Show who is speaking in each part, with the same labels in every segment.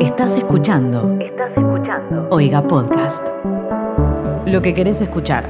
Speaker 1: Estás escuchando. Estás escuchando. Oiga Podcast. Lo que querés escuchar.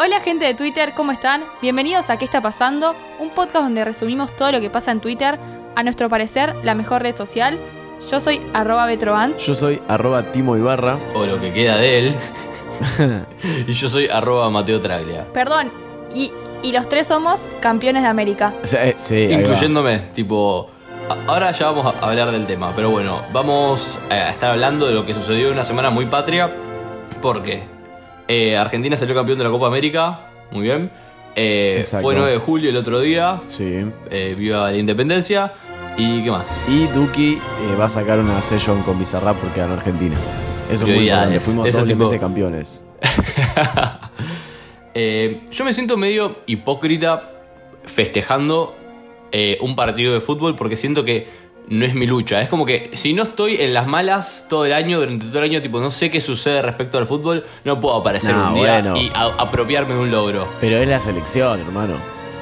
Speaker 2: Hola gente de Twitter, ¿cómo están? Bienvenidos a ¿Qué está pasando? Un podcast donde resumimos todo lo que pasa en Twitter, a nuestro parecer la mejor red social. Yo soy arroba Betroban.
Speaker 3: Yo soy arroba Timo Ibarra.
Speaker 4: o lo que queda de él. y yo soy arroba Mateo Traglia.
Speaker 2: Perdón, y, y los tres somos campeones de América.
Speaker 3: O sea, eh, sí, ahí va.
Speaker 4: Incluyéndome, tipo... a- Ahora ya vamos a hablar del tema, pero bueno, vamos a estar hablando de lo que sucedió en una semana muy patria. Porque eh, Argentina salió campeón de la Copa América, muy bien. Eh,
Speaker 3: Exacto.
Speaker 4: fue 9 de julio el otro día,
Speaker 3: Sí.
Speaker 4: eh, viva la independencia. ¿Y qué más?
Speaker 3: Y Duki eh, va a sacar una session con Bizarrap porque ganó Argentina. Eso es muy
Speaker 4: Prioridades.
Speaker 3: importante. Fuimos
Speaker 4: Eso
Speaker 3: doblemente
Speaker 4: tipo-
Speaker 3: campeones.
Speaker 4: Eh, yo me siento medio hipócrita festejando eh, un partido de fútbol porque siento que no es mi lucha. Es como que si no estoy en las malas todo el año, durante todo el año, tipo, no sé qué sucede respecto al fútbol, no puedo aparecer
Speaker 3: No,
Speaker 4: un día
Speaker 3: bueno.
Speaker 4: y a- apropiarme de un logro.
Speaker 3: Pero es la selección, hermano.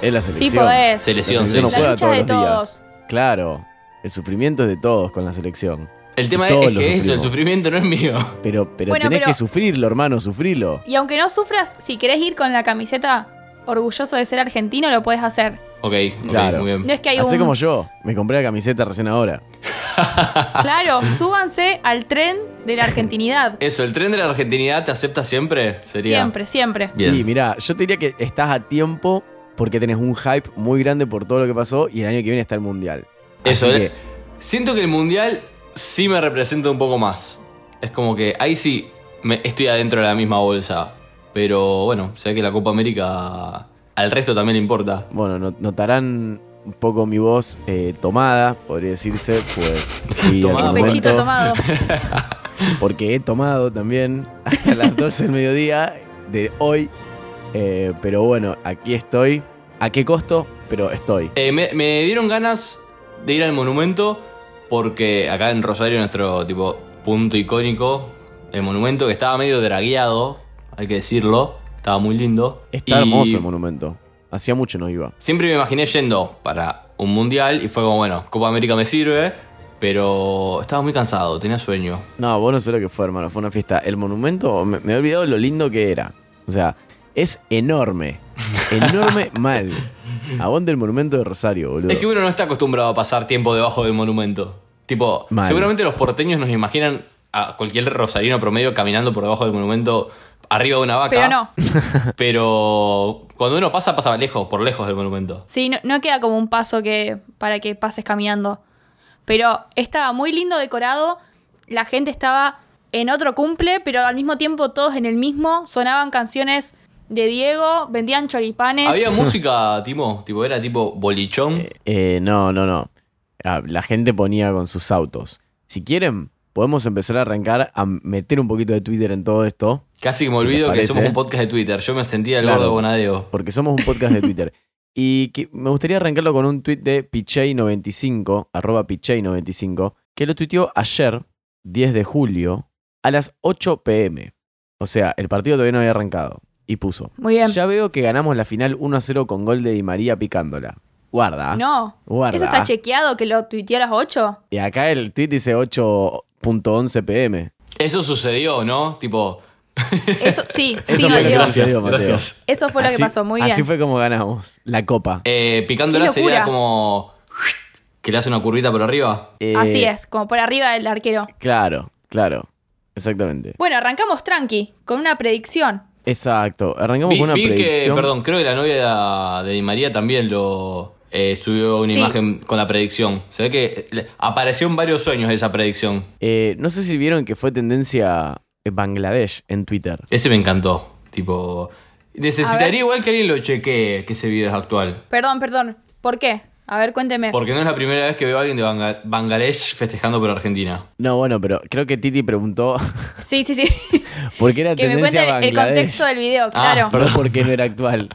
Speaker 3: Es la
Speaker 2: Sí,
Speaker 3: selección.
Speaker 2: podés.
Speaker 4: Se
Speaker 3: La
Speaker 4: les-
Speaker 3: selección
Speaker 4: Sí,
Speaker 3: no
Speaker 4: sí.
Speaker 2: La
Speaker 3: juega
Speaker 2: lucha
Speaker 3: todos
Speaker 2: de
Speaker 3: los días.
Speaker 2: todos.
Speaker 3: Claro. El sufrimiento es de todos con la selección.
Speaker 4: El tema es,
Speaker 3: Todos
Speaker 4: es
Speaker 3: lo
Speaker 4: que eso, el
Speaker 3: sufrimos.
Speaker 4: sufrimiento no es mío.
Speaker 3: Pero, pero
Speaker 2: Bueno,
Speaker 3: tenés
Speaker 2: pero-
Speaker 3: que sufrirlo, hermano, sufrilo.
Speaker 2: Y aunque no sufras, si querés ir con la camiseta orgulloso de ser argentino, lo podés hacer.
Speaker 4: Ok, ok,
Speaker 3: Claro.
Speaker 4: muy bien.
Speaker 2: No es que hay
Speaker 3: Hacé
Speaker 2: un...
Speaker 3: como yo. Me compré la camiseta recién ahora.
Speaker 2: Claro, súbanse al tren de la argentinidad.
Speaker 4: Eso, el tren de la argentinidad te acepta siempre, sería.
Speaker 2: Siempre, siempre.
Speaker 4: Bien.
Speaker 3: Y mirá, yo te diría que estás a tiempo porque tenés un hype muy grande por todo lo que pasó y el año que viene está el Mundial.
Speaker 4: Eso,
Speaker 3: Así
Speaker 4: eh. Siento que el mundial sí me representa un poco más. Es como que ahí sí me- estoy adentro de la misma bolsa. Pero bueno, sé que la Copa América al resto también le importa.
Speaker 3: Bueno, no- notarán un poco mi voz eh, tomada, podría decirse, pues fui
Speaker 4: Tomada,
Speaker 3: al
Speaker 2: El pechito
Speaker 3: momento,
Speaker 2: tomado.
Speaker 3: porque he tomado también hasta las 12 del mediodía de hoy. Eh, pero bueno, aquí estoy. ¿A qué costo? Pero estoy.
Speaker 4: Eh, me, me dieron ganas de ir al monumento porque acá en Rosario nuestro tipo punto icónico, el monumento que estaba medio dragueado, hay que decirlo, estaba muy lindo.
Speaker 3: Está
Speaker 4: Y-
Speaker 3: hermoso el monumento. Hacía mucho no iba.
Speaker 4: Siempre me imaginé yendo para un mundial y fue como, bueno, Copa América me sirve, pero estaba muy cansado, tenía sueño.
Speaker 3: No, vos no sé lo que fue, hermano. Fue una fiesta. El monumento, me, me he olvidado lo lindo que era. O sea, es enorme. Enorme mal. Abonde el monumento de Rosario, boludo.
Speaker 4: Es que uno no está acostumbrado a pasar tiempo debajo del monumento. Tipo,
Speaker 3: Mal.
Speaker 4: seguramente los porteños nos imaginan a cualquier rosarino promedio caminando por debajo del monumento arriba de una vaca.
Speaker 2: Pero no.
Speaker 4: Pero cuando uno pasa, pasa lejos, por lejos del monumento.
Speaker 2: Sí, no, no queda como un paso que para que pases caminando. Pero estaba muy lindo decorado. La gente estaba en otro cumple, pero al mismo tiempo todos en el mismo. Sonaban canciones de Diego, vendían choripanes.
Speaker 4: Había música, Timo, tipo, era tipo bolichón.
Speaker 3: Eh, no, no, no. Ah, La gente ponía con sus autos. Si quieren, podemos empezar a arrancar a meter un poquito de Twitter en todo esto,
Speaker 4: Casi que me
Speaker 3: si te
Speaker 4: olvido que
Speaker 3: parece.
Speaker 4: somos un podcast de Twitter. Yo me sentía el
Speaker 3: Claro.
Speaker 4: gordo Bonadeo.
Speaker 3: porque somos un podcast de Twitter. Y que- me gustaría arrancarlo con un tweet de Pichey95, arroba Pichey95, que lo tuiteó ayer, 10 de julio, a las 8 pm. O sea, el partido todavía no había arrancado. Y puso.
Speaker 2: Muy bien.
Speaker 3: Ya veo que ganamos la final 1 a 0 con gol de Di María picándola. Guarda.
Speaker 2: No.
Speaker 3: guarda.
Speaker 2: ¿Eso está chequeado que lo tuiteé a las 8?
Speaker 3: Y acá el tweet dice 8.11 pm.
Speaker 4: Eso sucedió, ¿no? Tipo,
Speaker 2: Eso, sí,
Speaker 3: Eso
Speaker 2: sí,
Speaker 3: fue lo que
Speaker 2: Mateo.
Speaker 3: gracias,
Speaker 4: gracias,
Speaker 3: digo, Mateo.
Speaker 4: gracias.
Speaker 2: Eso fue lo
Speaker 3: Así-
Speaker 2: que pasó, muy
Speaker 3: Así
Speaker 2: bien.
Speaker 3: fue como ganamos la copa.
Speaker 4: Eh, picándola
Speaker 2: ¡Qué
Speaker 4: sería
Speaker 2: locura!
Speaker 4: como que le hace una curvita por arriba.
Speaker 3: Eh,
Speaker 2: Así es, como por arriba del arquero.
Speaker 3: Claro, claro. Exactamente.
Speaker 2: Bueno, arrancamos tranqui, con una predicción.
Speaker 3: Exacto. Arrancamos
Speaker 4: Vi,
Speaker 3: con una
Speaker 4: vi que,
Speaker 3: predicción.
Speaker 4: perdón, creo que la novia de Di María también lo eh, subió una
Speaker 2: Sí.
Speaker 4: imagen con la predicción. Se ve que le- apareció en varios sueños esa predicción.
Speaker 3: Eh, no sé si vieron que fue tendencia en Bangladesh en Twitter.
Speaker 4: Ese me encantó. Tipo,
Speaker 2: A ver.
Speaker 4: necesitaría igual que alguien lo chequee que ese video es actual.
Speaker 2: Perdón, perdón. ¿Por qué? A ver, cuénteme.
Speaker 4: Porque no es la primera vez que veo a alguien de Banga- Bangladesh festejando por Argentina.
Speaker 3: No, bueno, pero creo que Titi preguntó
Speaker 2: Sí, sí, sí.
Speaker 3: por qué era
Speaker 2: que me
Speaker 3: tendencia
Speaker 2: cuenten el
Speaker 3: Bangladesh.
Speaker 2: contexto del video,
Speaker 4: Ah,
Speaker 2: claro.
Speaker 3: No porque no era actual.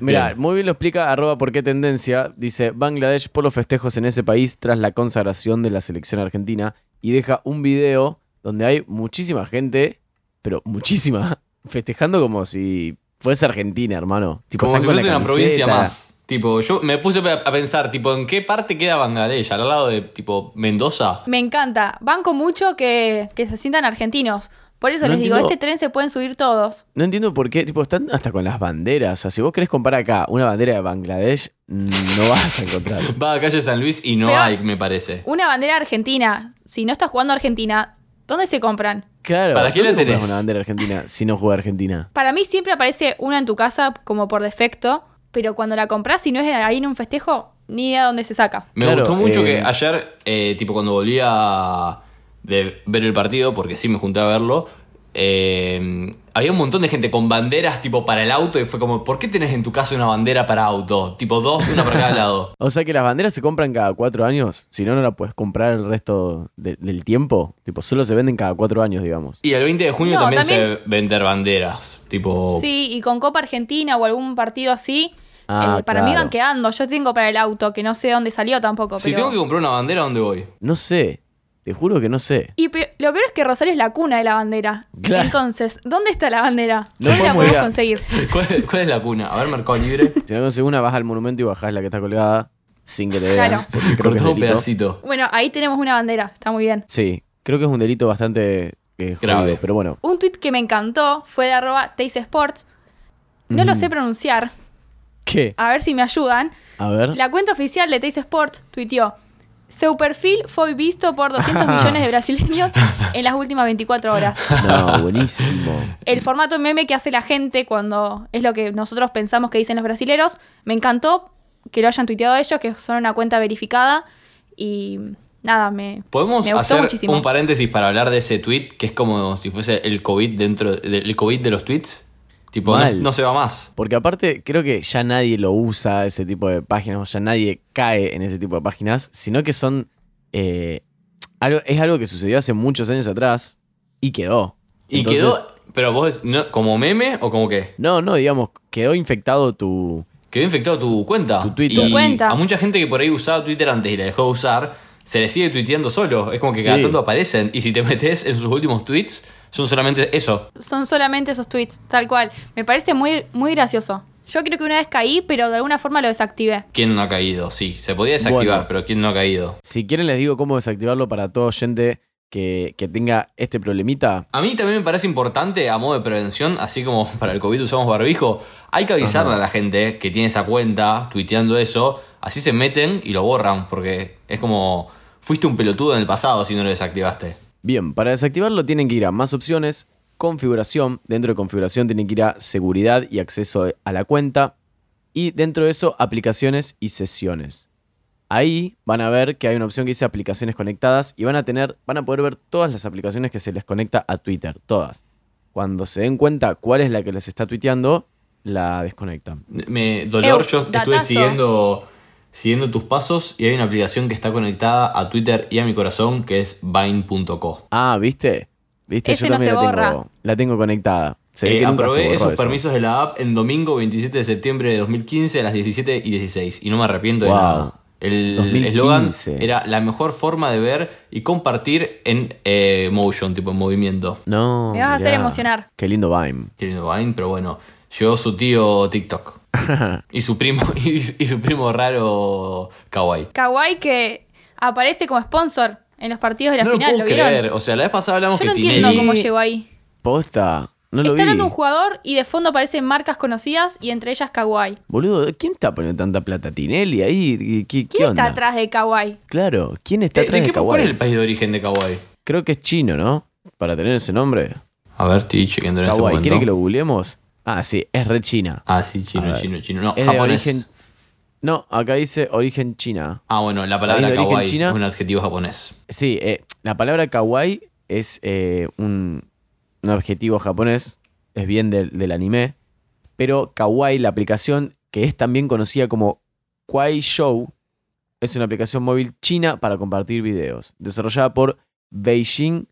Speaker 3: Mira, muy bien lo explica arroba por qué tendencia. Dice Bangladesh por los festejos en ese país tras la consagración de la selección argentina y deja un video donde hay muchísima gente, pero muchísima, festejando como si fuese Argentina, hermano. Tipo,
Speaker 4: Como
Speaker 3: están
Speaker 4: si
Speaker 3: con la
Speaker 4: fuese una provincia
Speaker 3: camiseta.
Speaker 4: más. Tipo, yo me puse a a pensar, tipo, ¿en qué parte queda Bangladesh? ¿Al lado de, tipo, Mendoza?
Speaker 2: Me encanta. Banco mucho que, que se sientan argentinos. Por eso
Speaker 3: No
Speaker 2: les digo,
Speaker 3: entiendo-
Speaker 2: este tren se pueden subir todos.
Speaker 3: No entiendo por qué, tipo, están hasta con las banderas. O sea, si vos querés comprar acá una bandera de Bangladesh, mm, no vas a encontrar.
Speaker 4: Va a calle San Luis y no
Speaker 2: Pero-
Speaker 4: hay, me parece.
Speaker 2: Una bandera argentina. Si no está jugando Argentina, ¿dónde se compran?
Speaker 3: Claro.
Speaker 4: ¿Para qué
Speaker 3: ¿por
Speaker 4: la
Speaker 3: compras
Speaker 4: tenés?
Speaker 3: una bandera argentina si no juega Argentina?
Speaker 2: Para mí siempre aparece una en tu casa como por defecto, pero cuando la compras, si no es ahí en un festejo, ni idea dónde se saca.
Speaker 4: Me
Speaker 3: Claro,
Speaker 4: gustó mucho
Speaker 3: eh,
Speaker 4: que ayer, eh, tipo, cuando volví a de ver el partido, porque sí me junté a verlo, eh, había un montón de gente con banderas, tipo, para el auto, y fue como, ¿por qué tenés en tu casa una bandera para auto? Tipo, dos, una para cada lado.
Speaker 3: O sea que las banderas se compran cada cuatro años, si no, no la puedes comprar el resto de- del tiempo. Tipo, solo se venden cada cuatro años, digamos.
Speaker 4: Y el 20 de junio
Speaker 2: No,
Speaker 4: también,
Speaker 2: también-
Speaker 4: se vender banderas,
Speaker 3: Oh.
Speaker 4: tipo...
Speaker 2: Sí, y con Copa Argentina o algún partido así,
Speaker 3: Ah,
Speaker 2: eh, para mí
Speaker 3: claro.
Speaker 2: van quedando. Yo tengo para el auto, que no sé dónde salió tampoco.
Speaker 4: Si
Speaker 2: pero-
Speaker 4: tengo que comprar una bandera, ¿a dónde voy?
Speaker 3: No sé, te juro que no sé.
Speaker 2: Y pe- lo peor es que Rosario es la cuna de la bandera.
Speaker 3: Claro.
Speaker 2: Entonces, ¿dónde está la bandera?
Speaker 3: No
Speaker 2: ¿Dónde la
Speaker 3: podemos
Speaker 2: podemos
Speaker 3: ir a-
Speaker 2: conseguir?
Speaker 4: ¿Cuál, cuál es la cuna? A ver, Mercado Libre.
Speaker 3: Si no conseguís una, vas al monumento y bajás la que está colgada sin que te vean.
Speaker 2: Claro.
Speaker 3: porque creo que es
Speaker 4: Cortó un
Speaker 3: delito.
Speaker 4: pedacito.
Speaker 2: Bueno, ahí tenemos una bandera, está muy bien.
Speaker 3: Sí, creo que es un delito bastante eh, jodido,
Speaker 4: Grave.
Speaker 3: pero bueno.
Speaker 2: Un tweet que me encantó fue de arroba Taze Sports. No
Speaker 3: Mm.
Speaker 2: lo sé pronunciar,
Speaker 3: ¿Qué?
Speaker 2: a ver si me ayudan.
Speaker 3: A ver.
Speaker 2: La cuenta oficial de Taze Sports tuiteó: Su perfil fue visto por 200 millones de brasileños en las últimas 24 horas.
Speaker 3: No, buenísimo.
Speaker 2: El formato meme que hace la gente cuando es lo que nosotros pensamos que dicen los brasileros, me encantó que lo hayan tuiteado ellos, que son una cuenta verificada y nada, me,
Speaker 4: Podemos
Speaker 2: me gustó
Speaker 4: hacer
Speaker 2: muchísimo.
Speaker 4: un paréntesis para hablar de ese tweet que es como si fuese el COVID dentro de- el COVID de los tweets. Tipo, no,
Speaker 3: Mal.
Speaker 4: no se va más.
Speaker 3: Porque aparte, creo que ya nadie lo usa, ese tipo de páginas, ya nadie cae en ese tipo de páginas, sino que son. eh, algo, es algo que sucedió hace muchos años atrás y quedó.
Speaker 4: Y
Speaker 3: Entonces,
Speaker 4: quedó, pero vos, no- ¿como meme o como qué?
Speaker 3: No, no, digamos, quedó infectado tu.
Speaker 4: Quedó infectado tu cuenta.
Speaker 3: Tu Twitter.
Speaker 4: Y
Speaker 2: Tu cuenta.
Speaker 4: A mucha gente que por ahí usaba Twitter antes y la dejó de usar, se le sigue tuiteando solo. Es como que cada
Speaker 3: Sí.
Speaker 4: tanto aparecen. Y si te metes en sus últimos tweets, son solamente eso.
Speaker 2: Son solamente esos tweets, tal cual. Me parece muy, muy gracioso. Yo creo que una vez caí, pero de alguna forma lo desactivé.
Speaker 4: ¿Quién no ha caído? Sí, se podía desactivar,
Speaker 3: Bueno.
Speaker 4: pero ¿quién no ha caído?
Speaker 3: Si quieren, les digo cómo desactivarlo para todo oyente que, que tenga este problemita.
Speaker 4: A mí también me parece importante, a modo de prevención, así como para el COVID usamos barbijo, hay que avisarle a la gente que tiene esa cuenta, tuiteando eso, así se meten y lo borran, porque es como, fuiste un pelotudo en el pasado si no lo desactivaste.
Speaker 3: Bien, para desactivarlo tienen que ir a más opciones, configuración. Dentro de configuración tienen que ir a seguridad y acceso a la cuenta. Y dentro de eso, aplicaciones y sesiones. Ahí van a ver que hay una opción que dice aplicaciones conectadas y van a tener, van a poder ver todas las aplicaciones que se les conecta a Twitter, todas. Cuando se den cuenta cuál es la que les está tuiteando, la desconectan.
Speaker 4: Me, dolor,
Speaker 2: Eu,
Speaker 4: yo estuve
Speaker 2: datazo.
Speaker 4: siguiendo, siguiendo tus pasos y hay una aplicación que está conectada a Twitter y a mi corazón, que es vine.co.
Speaker 3: Ah, ¿viste? ¿Viste?
Speaker 2: Ese no se
Speaker 3: la
Speaker 2: borra.
Speaker 3: tengo, la tengo conectada. Se ve
Speaker 4: Eh,
Speaker 3: que nunca se
Speaker 4: aprobé
Speaker 3: borró
Speaker 4: esos
Speaker 3: eso.
Speaker 4: permisos de la app en domingo 27 de septiembre de 2015 a las 17 y 16 y no me arrepiento
Speaker 3: Wow.
Speaker 4: de nada. El
Speaker 3: 2015.
Speaker 4: eslogan era la mejor forma de ver y compartir en eh, motion, tipo en movimiento.
Speaker 3: No.
Speaker 2: Me vas a hacer
Speaker 3: mirá.
Speaker 2: emocionar.
Speaker 3: Qué lindo Vime.
Speaker 4: Qué lindo Vine, pero bueno, llegó su tío TikTok y su primo y, y su primo raro Kawaii.
Speaker 2: Kawaii que aparece como sponsor. en los partidos de la
Speaker 4: no
Speaker 2: final.
Speaker 4: lo
Speaker 2: ¿lo
Speaker 4: puedo
Speaker 2: vieron?
Speaker 4: creer. O sea, la vez pasada hablamos
Speaker 2: Yo no
Speaker 4: que
Speaker 2: entiendo
Speaker 4: Tinelli-
Speaker 2: cómo llegó ahí.
Speaker 3: Posta. No lo
Speaker 2: está
Speaker 3: vi.
Speaker 2: hablando un jugador y de fondo aparecen marcas conocidas y entre ellas Kawhi.
Speaker 3: Boludo, ¿quién está poniendo tanta plata? ¿Tinelli ahí? ¿Qué, qué, qué
Speaker 2: ¿Quién
Speaker 3: onda?
Speaker 2: está atrás de Kawhi?
Speaker 3: Claro, ¿quién está
Speaker 4: Eh,
Speaker 3: atrás de
Speaker 4: ¿de qué-
Speaker 3: Kawhi?
Speaker 4: ¿Cuál es el país de origen de Kawhi?
Speaker 3: Creo que es chino, ¿no? Para tener ese nombre.
Speaker 4: A ver, estoy chequeando en este
Speaker 3: Kawhi,
Speaker 4: momento.
Speaker 3: ¿quiere que lo googleemos? Ah, sí, es re china.
Speaker 4: Ah, sí,
Speaker 3: A
Speaker 4: chino,
Speaker 3: ver.
Speaker 4: chino, chino. No,
Speaker 3: es de
Speaker 4: japonés.
Speaker 3: origen. No, acá dice origen china.
Speaker 4: Ah, bueno, la
Speaker 3: País
Speaker 4: palabra
Speaker 3: de origen
Speaker 4: Kawhi
Speaker 3: china.
Speaker 4: es un adjetivo japonés.
Speaker 3: Sí, eh, la palabra kawaii es eh, un, un adjetivo japonés, es bien del, del anime, pero kawaii, la aplicación que es también conocida como Kwai Show, es una aplicación móvil china para compartir videos, desarrollada por Beijing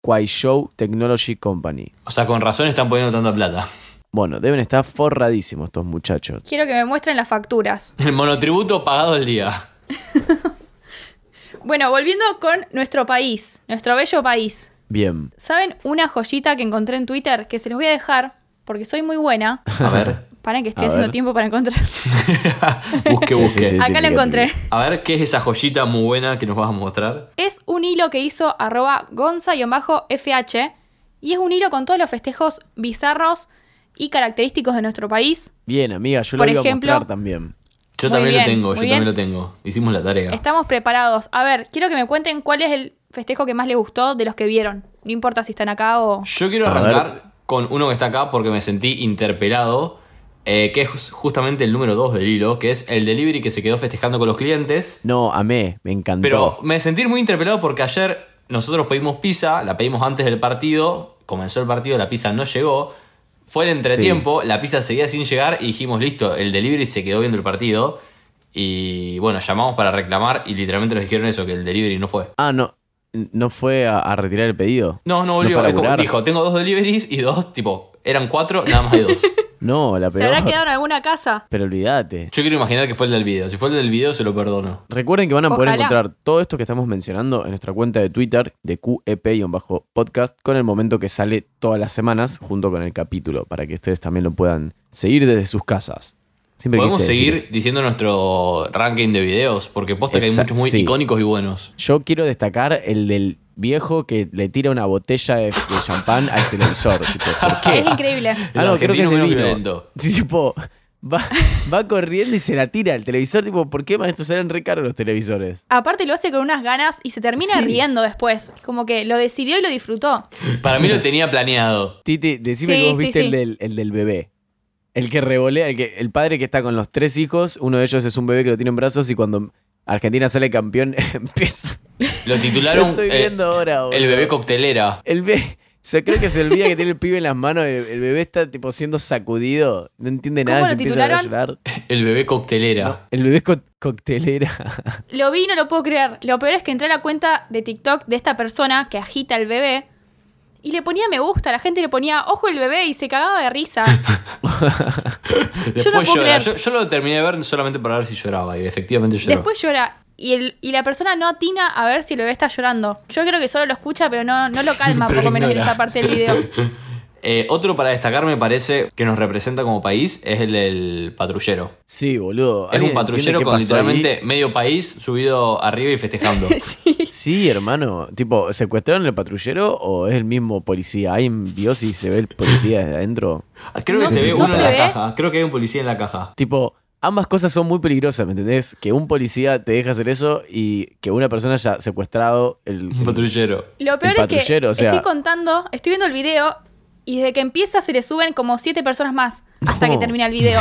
Speaker 3: Kwai Show Technology Company.
Speaker 4: O sea, con razón están poniendo tanta plata.
Speaker 3: Bueno, deben estar forradísimos estos muchachos.
Speaker 2: Quiero que me muestren las facturas.
Speaker 4: El monotributo pagado al día.
Speaker 2: Bueno, volviendo con nuestro país, nuestro bello país.
Speaker 3: Bien.
Speaker 2: ¿Saben una joyita que encontré en Twitter que se los voy a dejar porque soy muy buena?
Speaker 4: A ver,
Speaker 2: Para que estoy
Speaker 3: A
Speaker 2: haciendo
Speaker 3: ver.
Speaker 2: tiempo para encontrar.
Speaker 4: busque,
Speaker 3: Sí,
Speaker 4: busque.
Speaker 3: sí, sí.
Speaker 2: Acá la
Speaker 3: típica,
Speaker 2: encontré.
Speaker 4: A ver, ¿qué es esa joyita muy buena que nos vas a mostrar?
Speaker 2: Es un hilo que hizo arroba gonza-fh y es un hilo con todos los festejos bizarros y característicos de nuestro país.
Speaker 3: Bien, amiga, yo lo
Speaker 2: Por
Speaker 3: iba
Speaker 2: ejemplo-
Speaker 3: a mostrar también.
Speaker 4: Yo
Speaker 2: Muy
Speaker 4: también
Speaker 2: bien,
Speaker 4: lo tengo,
Speaker 2: muy
Speaker 4: yo
Speaker 2: bien.
Speaker 4: también lo tengo. Hicimos la tarea.
Speaker 2: Estamos preparados. A ver, quiero que me cuenten cuál es el festejo que más les gustó de los que vieron. No importa si están acá o...
Speaker 4: Yo quiero
Speaker 3: A ver.
Speaker 4: arrancar con uno que está acá porque me sentí interpelado, eh, que es jus- justamente el número 2 del hilo, que es el delivery que se quedó festejando con los clientes.
Speaker 3: No, amé, me encantó.
Speaker 4: Pero me sentí muy interpelado porque ayer nosotros pedimos pizza, la pedimos antes del partido, comenzó el partido, la pizza no llegó. Fue el entretiempo, la pizza seguía sin llegar y dijimos, listo, el delivery se quedó viendo el partido. Y bueno, llamamos para reclamar y literalmente nos dijeron eso, que el delivery no fue.
Speaker 3: Ah, no. ¿No fue a, a retirar el pedido?
Speaker 4: No, no
Speaker 3: ¿No
Speaker 4: volvió.
Speaker 3: fue a
Speaker 4: Es como-
Speaker 3: laburar?
Speaker 4: dijo, tengo dos deliveries y dos, tipo, eran cuatro, nada más hay dos.
Speaker 3: No, la
Speaker 2: ¿Se
Speaker 3: pegó.
Speaker 2: habrá quedado en alguna casa?
Speaker 3: Pero olvídate.
Speaker 4: Yo quiero imaginar que fue el del video. Si fue el del video, se lo perdono.
Speaker 3: Recuerden que van a poder
Speaker 2: Ojalá.
Speaker 3: encontrar todo esto que estamos mencionando en nuestra cuenta de Twitter de E QEP-podcast con el momento que sale todas las semanas junto con el capítulo para que ustedes también lo puedan seguir desde sus casas. Siempre
Speaker 4: Podemos
Speaker 3: quise decir
Speaker 4: seguir
Speaker 3: eso.
Speaker 4: diciendo nuestro ranking de videos, porque posta que hay
Speaker 3: Esa-
Speaker 4: muchos muy
Speaker 3: sí.
Speaker 4: icónicos y buenos.
Speaker 3: Yo quiero destacar el del viejo que le tira una botella de, de champán al televisor. tipo, ¿Por qué? Ah,
Speaker 2: Es increíble.
Speaker 4: El argentino menos violento.
Speaker 3: Sí, tipo, va, va corriendo y se la tira al televisor. Tipo, ¿por qué, maestro? Salen re caros los televisores.
Speaker 2: Aparte lo hace con unas ganas y se termina
Speaker 3: Sí.
Speaker 2: riendo después. Como que lo decidió y lo disfrutó.
Speaker 4: Para mí lo tenía planeado.
Speaker 3: Titi, decime
Speaker 2: Sí,
Speaker 3: que vos
Speaker 2: sí,
Speaker 3: viste
Speaker 2: sí.
Speaker 3: El, del, el del bebé. El que revolea, el, que, el padre que está con los tres hijos, uno de ellos es un bebé que lo tiene en brazos y cuando Argentina sale campeón empieza.
Speaker 4: Lo
Speaker 3: Lo
Speaker 4: titularon
Speaker 3: estoy
Speaker 4: eh,
Speaker 3: viendo ahora, boludo.
Speaker 4: El bebé coctelera.
Speaker 3: El bebé. Se cree que se olvida que tiene el pibe en las manos, el, el bebé está tipo siendo sacudido, no entiende
Speaker 2: ¿Cómo
Speaker 3: nada,
Speaker 2: lo
Speaker 3: se empieza a
Speaker 2: titularon?
Speaker 3: llorar.
Speaker 4: El bebé coctelera.
Speaker 3: El bebé es co- coctelera.
Speaker 2: Lo vi y no lo puedo creer. Lo peor es que entré a la cuenta de TikTok de esta persona que agita al bebé y le ponía me gusta. La gente le ponía ojo el bebé y se cagaba de risa. no
Speaker 4: Después
Speaker 2: puedo
Speaker 4: llora.
Speaker 2: creer.
Speaker 4: Yo, yo lo terminé de ver solamente para ver si lloraba. Y efectivamente lloró.
Speaker 2: Después llora y, el- y la persona no atina a ver si el bebé está llorando. Yo creo que solo lo escucha, pero no, no lo calma,
Speaker 4: Pero
Speaker 2: por lo menos en
Speaker 4: ignora.
Speaker 2: esa parte del video.
Speaker 4: Eh, otro para destacar, me parece, que nos representa como país, es el del patrullero.
Speaker 3: Sí, boludo.
Speaker 4: Es
Speaker 3: ¿Alguien
Speaker 4: un
Speaker 3: entiende
Speaker 4: patrullero
Speaker 3: qué
Speaker 4: con
Speaker 3: pasó ahí?
Speaker 4: literalmente medio país subido arriba y festejando.
Speaker 2: Sí.
Speaker 3: Sí, hermano. Tipo, ¿secuestraron el patrullero o es el mismo policía? Hay en Biosi se ve el policía desde adentro.
Speaker 4: Ah, Creo
Speaker 2: No
Speaker 4: que se
Speaker 2: se-
Speaker 4: ve
Speaker 2: no
Speaker 4: uno
Speaker 2: se
Speaker 4: en la
Speaker 2: ve.
Speaker 4: caja. Ah, Creo que hay un policía en la caja.
Speaker 3: Tipo, ambas cosas son muy peligrosas, ¿me entendés? Que un policía te deja hacer eso y que una persona haya secuestrado el...
Speaker 4: Un patrullero.
Speaker 2: Lo peor
Speaker 3: El
Speaker 2: es que
Speaker 3: patrullero, o sea-
Speaker 2: estoy contando, estoy viendo el video y desde que empieza se le suben como siete personas más hasta
Speaker 3: No.
Speaker 2: que termina el video.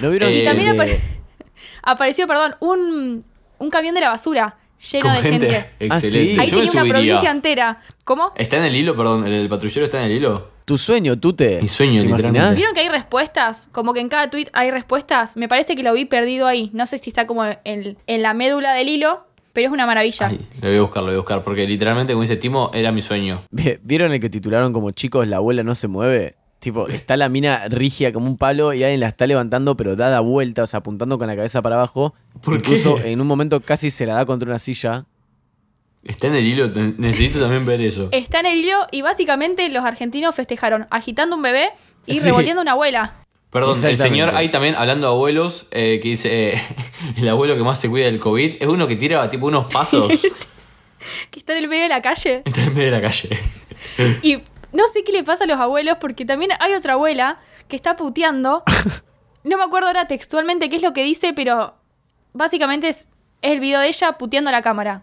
Speaker 3: ¿No vieron? Eh,
Speaker 4: Y
Speaker 3: el
Speaker 2: también
Speaker 3: de-
Speaker 2: apare- Apareció, perdón, un, un camión de la basura lleno
Speaker 4: Con
Speaker 2: de gente.
Speaker 3: Ah, sí.
Speaker 4: Excelente.
Speaker 2: Ahí
Speaker 4: Yo
Speaker 2: tenía
Speaker 4: me
Speaker 2: una
Speaker 4: subiría.
Speaker 2: provincia entera. ¿Cómo?
Speaker 4: Está en el hilo, perdón. El, el patrullero está en el hilo.
Speaker 3: Tu sueño, Tute.
Speaker 4: Mi sueño,
Speaker 3: ¿Te
Speaker 4: literalmente.
Speaker 3: imaginás?
Speaker 2: ¿Vieron que hay respuestas? Como que en cada tweet hay respuestas. Me parece que lo vi perdido ahí. No sé si está como en, en la médula del hilo, pero es una maravilla.
Speaker 4: Ay, lo voy a buscar, lo voy a buscar. Porque literalmente, como dice Timo, era mi sueño.
Speaker 3: Vi- ¿Vieron el que titularon como chicos, la abuela no se mueve? Tipo, está la mina rígida como un palo y alguien la está levantando, pero dada vuelta, o sea, apuntando con la cabeza para abajo.
Speaker 4: ¿Por
Speaker 3: Incluso
Speaker 4: qué?
Speaker 3: en un momento casi se la da contra una silla.
Speaker 4: Está en el hilo. ne- Necesito también ver eso.
Speaker 2: Está en el hilo y básicamente los argentinos festejaron agitando un bebé y
Speaker 3: Sí.
Speaker 2: revolviendo una abuela.
Speaker 4: Perdón, el
Speaker 3: Exactamente.
Speaker 4: señor ahí también hablando de abuelos, eh, que dice eh, el abuelo que más se cuida del COVID, es uno que tira tipo unos pasos
Speaker 2: que está en el medio de la calle.
Speaker 4: Está en medio de la calle.
Speaker 2: Y no sé qué le pasa a los abuelos, porque también hay otra abuela que está puteando. No me acuerdo ahora textualmente qué es lo que dice, pero básicamente es, es el video de ella puteando a la cámara.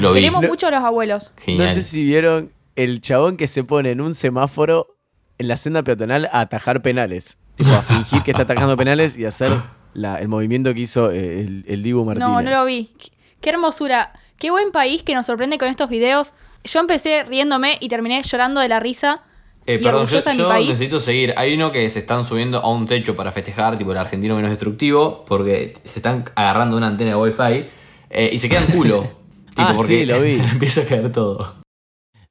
Speaker 4: Lo vi.
Speaker 2: Queremos mucho a los abuelos.
Speaker 4: Genial.
Speaker 3: No sé si vieron el chabón que se pone en un semáforo en la senda peatonal a atajar penales. Tipo, a fingir que está atajando penales y hacer la- el movimiento que hizo eh, el, el Dibu Martínez.
Speaker 2: No, no lo vi. Qué- Qué hermosura. Qué buen país que nos sorprende con estos videos. Yo empecé riéndome y terminé llorando de la risa.
Speaker 4: Eh,
Speaker 2: y
Speaker 4: perdón, yo,
Speaker 2: orgullosa de mi
Speaker 4: yo
Speaker 2: país.
Speaker 4: necesito seguir. Hay uno que se están subiendo a un techo para festejar, tipo el argentino menos destructivo, porque se están agarrando una antena de wifi eh, y se quedan culo. tipo,
Speaker 3: Ah,
Speaker 4: porque
Speaker 3: sí, lo vi.
Speaker 4: se le empieza a caer todo.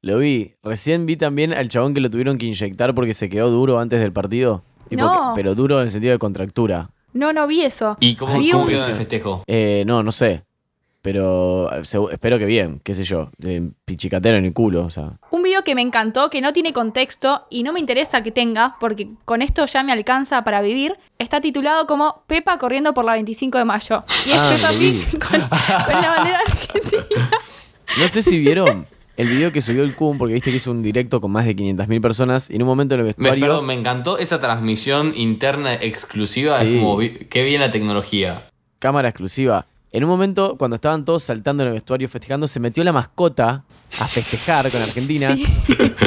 Speaker 3: Lo vi. Recién vi también al chabón que lo tuvieron que inyectar porque se quedó duro antes del partido. Tipo
Speaker 2: No.
Speaker 3: que- pero duro en el sentido de contractura.
Speaker 2: No, no vi eso.
Speaker 4: ¿Y cómo,
Speaker 2: Vi
Speaker 4: cómo
Speaker 2: un-
Speaker 4: quedó ese festejo?
Speaker 3: Eh, no, no sé. Pero eh, segu- espero que bien, qué sé yo. Eh, pichicatero en el culo, o sea.
Speaker 2: Un video que me encantó, que no tiene contexto y no me interesa que tenga, porque con esto ya me alcanza para vivir, está titulado como Pepa corriendo por la 25 de mayo. Y es
Speaker 3: Ah,
Speaker 2: Pepa
Speaker 3: lo vi.
Speaker 2: Pig con, con la bandera argentina.
Speaker 3: No sé si vieron el video que subió el Kun, porque viste que hizo un directo con más de 500.000 personas y en un momento en el
Speaker 4: Me,
Speaker 3: vestuario...
Speaker 4: perdón, me encantó esa transmisión interna exclusiva.
Speaker 3: Sí.
Speaker 4: Es como, vi- qué bien la tecnología.
Speaker 3: cámara exclusiva. En un momento, cuando estaban todos saltando en el vestuario festejando, se metió la mascota a festejar con Argentina.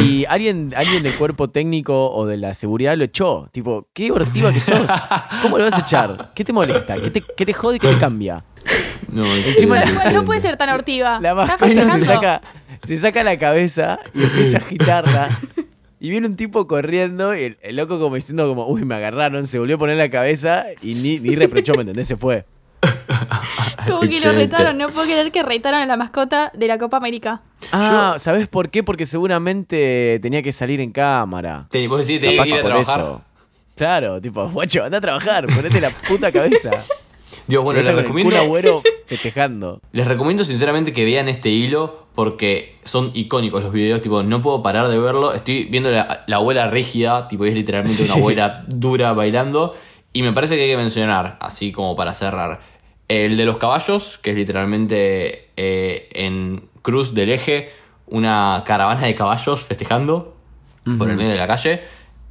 Speaker 3: Y alguien, alguien del cuerpo técnico o de la seguridad lo echó. Tipo, qué divertida que sos. ¿Cómo lo vas a echar? ¿Qué te molesta? ¿Qué te, qué te jode y qué te cambia?
Speaker 4: No,
Speaker 3: Encima la-
Speaker 4: excelente,
Speaker 2: Bueno, no
Speaker 4: excelente.
Speaker 2: puede ser tan hortiva.
Speaker 3: La
Speaker 2: Está
Speaker 3: mascota se
Speaker 2: festejando.
Speaker 3: saca, se saca la cabeza y empieza a agitarla. Y viene un tipo corriendo y el, el loco como diciendo como, uy, me agarraron, se volvió a poner la cabeza y ni, ni reprochó, ¿me entendés? Se fue.
Speaker 2: Como que lo
Speaker 4: Excelente.
Speaker 2: retaron, no puedo creer que retaron a la mascota de la Copa América.
Speaker 3: Ah, ¿sabés por qué? Porque seguramente tenía que salir en cámara.
Speaker 4: Te- vos decís, te
Speaker 3: Capaz
Speaker 4: ir a
Speaker 3: que por
Speaker 4: trabajar.
Speaker 3: eso. Claro, tipo, guacho, anda a trabajar, ponete la puta cabeza.
Speaker 4: Dios, bueno,
Speaker 3: Pero está
Speaker 4: les
Speaker 3: con
Speaker 4: recomiendo,
Speaker 3: El Kun agüero festejando.
Speaker 4: les recomiendo sinceramente que vean este hilo porque son icónicos los videos. Tipo, no puedo parar de verlo. Estoy viendo la, la abuela rígida, tipo, es literalmente una
Speaker 3: Sí.
Speaker 4: abuela dura bailando. Y me parece que hay que mencionar, así como para cerrar, el de los caballos, que es literalmente eh, en Cruz del Eje, una caravana de caballos festejando por el medio de la calle.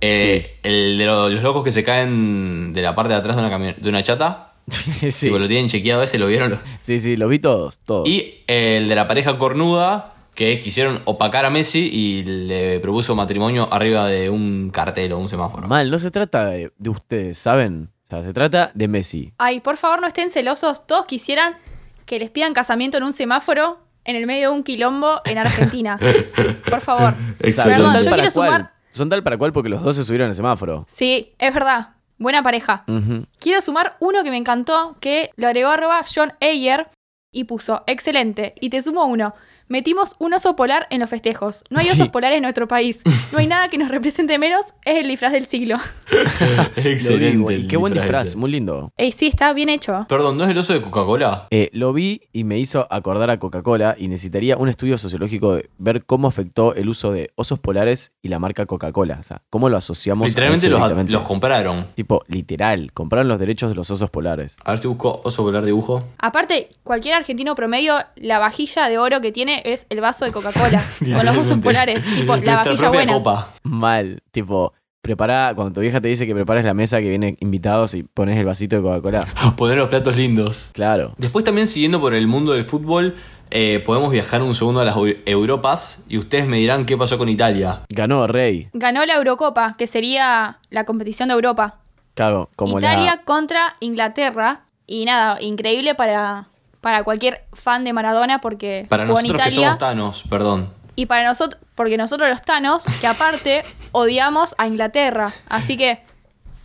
Speaker 4: Eh, El de lo- los locos que se caen de la parte de atrás de una, camio- de una chata.
Speaker 3: sí.
Speaker 4: Tipo, lo tienen chequeado ese, lo vieron. Lo-
Speaker 3: sí, sí, los vi todos, todos.
Speaker 4: Y el de la pareja cornuda, que quisieron opacar a Messi y le propuso matrimonio arriba de un cartel o un semáforo.
Speaker 3: Mal, no se trata de, de ustedes, ¿saben? O sea, se trata de Messi.
Speaker 2: Ay, por favor, no estén celosos. Todos quisieran que les pidan casamiento en un semáforo en el medio de un quilombo en Argentina. Por favor.
Speaker 3: O sea,
Speaker 4: Exacto.
Speaker 2: Perdón,
Speaker 3: son tal
Speaker 2: yo
Speaker 3: para
Speaker 2: quiero
Speaker 3: cual.
Speaker 2: sumar.
Speaker 3: Son tal para cual porque los dos se subieron al semáforo.
Speaker 2: Sí, es verdad. Buena pareja.
Speaker 3: Ujú.
Speaker 2: Quiero sumar uno que me encantó, que lo agregó arroba John Ayer y puso, excelente, y te sumo uno. Metimos un oso polar en los festejos. No hay
Speaker 3: Sí.
Speaker 2: osos polares en nuestro país. No hay nada que nos represente menos, es el disfraz del siglo.
Speaker 3: Lo vi, güey.
Speaker 4: el
Speaker 3: Qué buen disfraz,
Speaker 4: ese.
Speaker 3: muy lindo.
Speaker 2: Ey, sí, está bien hecho.
Speaker 4: Perdón, ¿no es el oso de Coca-Cola?
Speaker 3: Eh, lo vi y me hizo acordar a Coca-Cola y necesitaría un estudio sociológico de ver cómo afectó el uso de osos polares y la marca Coca-Cola. O sea, cómo lo asociamos. a
Speaker 4: Literalmente
Speaker 3: eso
Speaker 4: los, at-
Speaker 3: directamente.
Speaker 4: los compraron.
Speaker 3: Tipo, literal, compraron los derechos de los osos polares.
Speaker 4: A ver si busco oso polar dibujo.
Speaker 2: Aparte, cualquier argentino promedio, la vajilla de oro que tiene es el vaso de Coca-Cola. con los osos
Speaker 4: Literalmente.
Speaker 2: polares. Tipo, la
Speaker 4: Nuestra
Speaker 2: vajilla
Speaker 4: propia
Speaker 2: buena.
Speaker 4: copa.
Speaker 3: Mal, tipo, prepara, cuando tu vieja te dice que prepares la mesa que viene invitados y pones el vasito de Coca-Cola.
Speaker 4: Poner los platos lindos.
Speaker 3: Claro.
Speaker 4: Después también siguiendo por el mundo del fútbol, eh, podemos viajar un segundo a las Eu- Europas y ustedes me dirán qué pasó con Italia.
Speaker 3: Ganó Rey.
Speaker 2: Ganó la Eurocopa, que sería la competición de Europa.
Speaker 3: Claro, como
Speaker 2: Italia
Speaker 3: la.
Speaker 2: contra Inglaterra. Y nada, increíble para, para cualquier fan de Maradona porque
Speaker 4: Para
Speaker 2: jugó en
Speaker 4: nosotros que
Speaker 2: Italia.
Speaker 4: somos tanos, perdón.
Speaker 2: y para nosotros, porque nosotros los Thanos, que aparte odiamos a Inglaterra. Así que,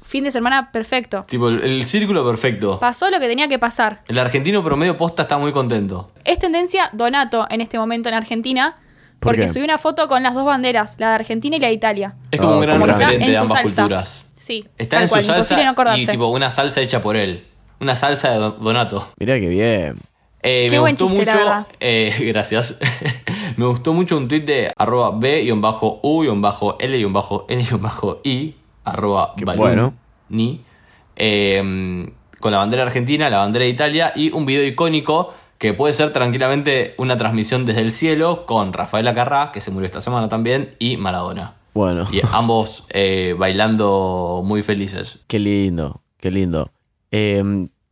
Speaker 2: fin de semana perfecto.
Speaker 4: Tipo, el, el círculo perfecto.
Speaker 2: Pasó lo que tenía que pasar.
Speaker 4: El argentino promedio posta está muy contento.
Speaker 2: Es tendencia Donato en este momento en Argentina.
Speaker 3: ¿Por
Speaker 2: Porque
Speaker 3: qué?
Speaker 2: subió una foto con las dos banderas, la de Argentina y la de Italia.
Speaker 4: Es como
Speaker 3: Ah,
Speaker 4: un gran
Speaker 3: como que está
Speaker 4: referente
Speaker 2: en
Speaker 4: de
Speaker 2: su
Speaker 4: ambas
Speaker 2: salsa.
Speaker 4: culturas.
Speaker 2: Sí.
Speaker 4: Está
Speaker 2: tal
Speaker 4: en su
Speaker 2: cual, imposible
Speaker 4: salsa
Speaker 2: no acordarse.
Speaker 4: y tipo una salsa hecha por él. Una salsa de Don- Donato.
Speaker 3: Mirá que bien.
Speaker 4: Eh,
Speaker 2: Qué
Speaker 4: me
Speaker 2: buen
Speaker 4: gustó
Speaker 2: chiste, la
Speaker 4: mucho.
Speaker 2: verdad.
Speaker 4: eh, gracias. me gustó mucho un tweet de arroba b-u-l-n-i arroba em,
Speaker 3: Qué
Speaker 4: Baluni,
Speaker 3: bueno.
Speaker 4: ni, eh, con la bandera argentina, la bandera de Italia y un video icónico que puede ser tranquilamente una transmisión desde el cielo con Rafael Acarrá, que se murió esta semana también, y Maradona.
Speaker 3: Bueno,
Speaker 4: Y ambos eh, bailando muy felices.
Speaker 3: qué lindo, qué lindo. Eh,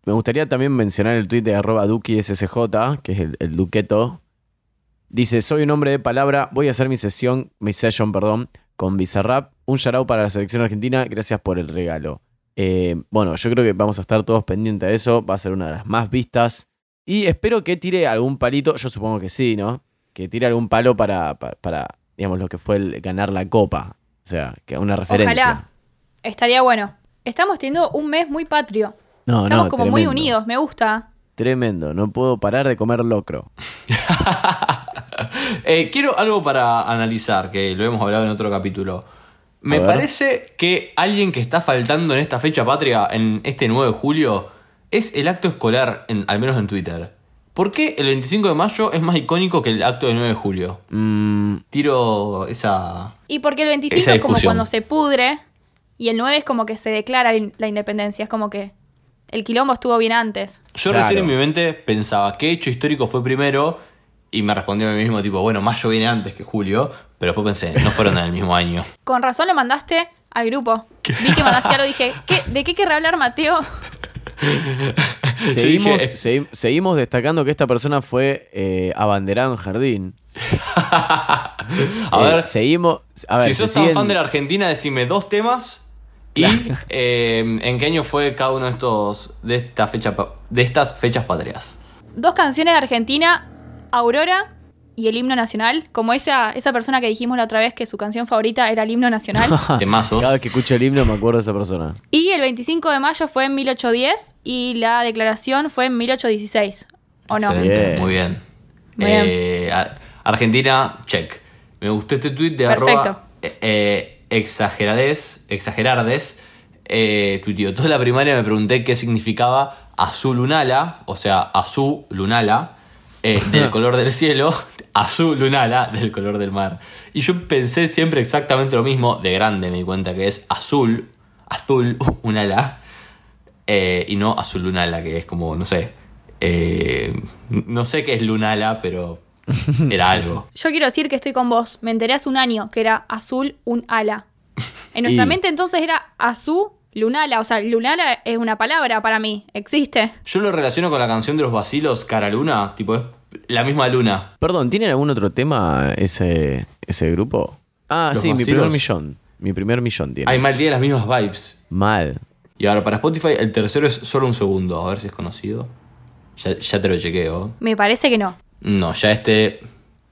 Speaker 3: me gustaría también mencionar el tuit de arroba Duki SSJ, que es el, el Duqueto. Dice, soy un hombre de palabra, voy a hacer mi sesión, mi session, perdón, con Bizarrap. Un yarao para la selección argentina, gracias por el regalo. Eh, bueno, yo creo que vamos a estar todos pendientes de eso, va a ser una de las más vistas. Y espero que tire algún palito, yo supongo que sí, ¿no? Que tire algún palo para, para, para, digamos, lo que fue el ganar la copa. O sea, que una referencia.
Speaker 2: Ojalá. Estaría bueno. Estamos teniendo un mes muy patrio.
Speaker 3: No,
Speaker 2: Estamos
Speaker 3: no,
Speaker 2: como muy
Speaker 3: tremendo.
Speaker 2: unidos, me gusta.
Speaker 3: Tremendo, no puedo parar de comer locro.
Speaker 4: Eh, quiero algo para analizar, que lo hemos hablado en otro capítulo. Me
Speaker 3: A ver.
Speaker 4: parece que alguien que está faltando en esta fecha patria, en este 9 de julio, es el acto escolar, en- al menos en Twitter. ¿Por qué el 25 de mayo es más icónico que el acto del 9 de julio?
Speaker 3: Mm,
Speaker 4: Tiro esa...
Speaker 2: Y porque el 25
Speaker 4: Esa
Speaker 2: es como
Speaker 4: discusión.
Speaker 2: cuando se pudre y el 9 es como que se declara in- la independencia. Es como que el quilombo estuvo bien antes.
Speaker 4: Yo
Speaker 3: Claro.
Speaker 4: recién en mi mente pensaba, ¿qué hecho histórico fue primero? Y me respondí a mí mismo, tipo, bueno, mayo viene antes que julio, pero después pensé, no fueron en el mismo año.
Speaker 2: Con razón lo mandaste al grupo. Vi que mandaste algo y dije, ¿qué- ¿de qué querrá hablar Mateo?
Speaker 3: seguimos,
Speaker 4: dije-
Speaker 3: segui- seguimos destacando que esta persona fue eh, abanderada en jardín.
Speaker 4: A
Speaker 3: Eh,
Speaker 4: ver,
Speaker 3: seguimos. A ver,
Speaker 4: si
Speaker 3: se
Speaker 4: sos tan
Speaker 3: siguen-
Speaker 4: fan de la Argentina, decime dos temas y eh, en qué año fue cada uno de estos de esta fecha pa- de estas fechas patrias.
Speaker 2: Dos canciones de Argentina, Aurora y el himno nacional. Como esa, esa persona que dijimos la otra vez que su canción favorita era el himno nacional.
Speaker 4: Temazos.
Speaker 3: Ah, Cada vez que escucho el himno me acuerdo de esa persona.
Speaker 2: Y el 25 de mayo fue en 1810 y la declaración fue en 1816. ¿O no?
Speaker 4: Excelente,
Speaker 3: Bien.
Speaker 4: Muy bien.
Speaker 2: Muy
Speaker 4: Eh, Ar- Argentina, check. Me gustó este tweet de
Speaker 2: Perfecto.
Speaker 4: arroba eh, eh, exageradez, exagerardes. Eh, tuiteó, toda la primaria me pregunté qué significaba azul lunala, o sea, azul lunala, eh, del color del cielo, azul lunala, del color del mar. Y yo pensé siempre exactamente lo mismo, de grande me di cuenta que es azul, azul, unala. Eh, y no azul lunala, que es como, no sé. eh, no sé qué es lunala, pero era algo.
Speaker 2: Yo quiero decir que estoy con vos. Me enteré hace un año que era azul un ala. En nuestra
Speaker 3: Y-
Speaker 2: mente entonces era azul lunala. O sea, lunala es una palabra para mí. Existe.
Speaker 4: Yo lo relaciono con la canción de los vacilos, Cara Luna, tipo, es la misma luna.
Speaker 3: Perdón, ¿tienen algún otro tema ese, ese grupo? Ah,
Speaker 4: Los
Speaker 3: sí, mi
Speaker 4: vacilos.
Speaker 3: primer millón. Mi primer millón tiene.
Speaker 4: Hay mal tiene las mismas vibes.
Speaker 3: Mal.
Speaker 4: Y ahora para Spotify, el tercero es solo un segundo, a ver si es conocido. Ya, ya te lo chequeo.
Speaker 2: Me parece que no.
Speaker 4: No, ya este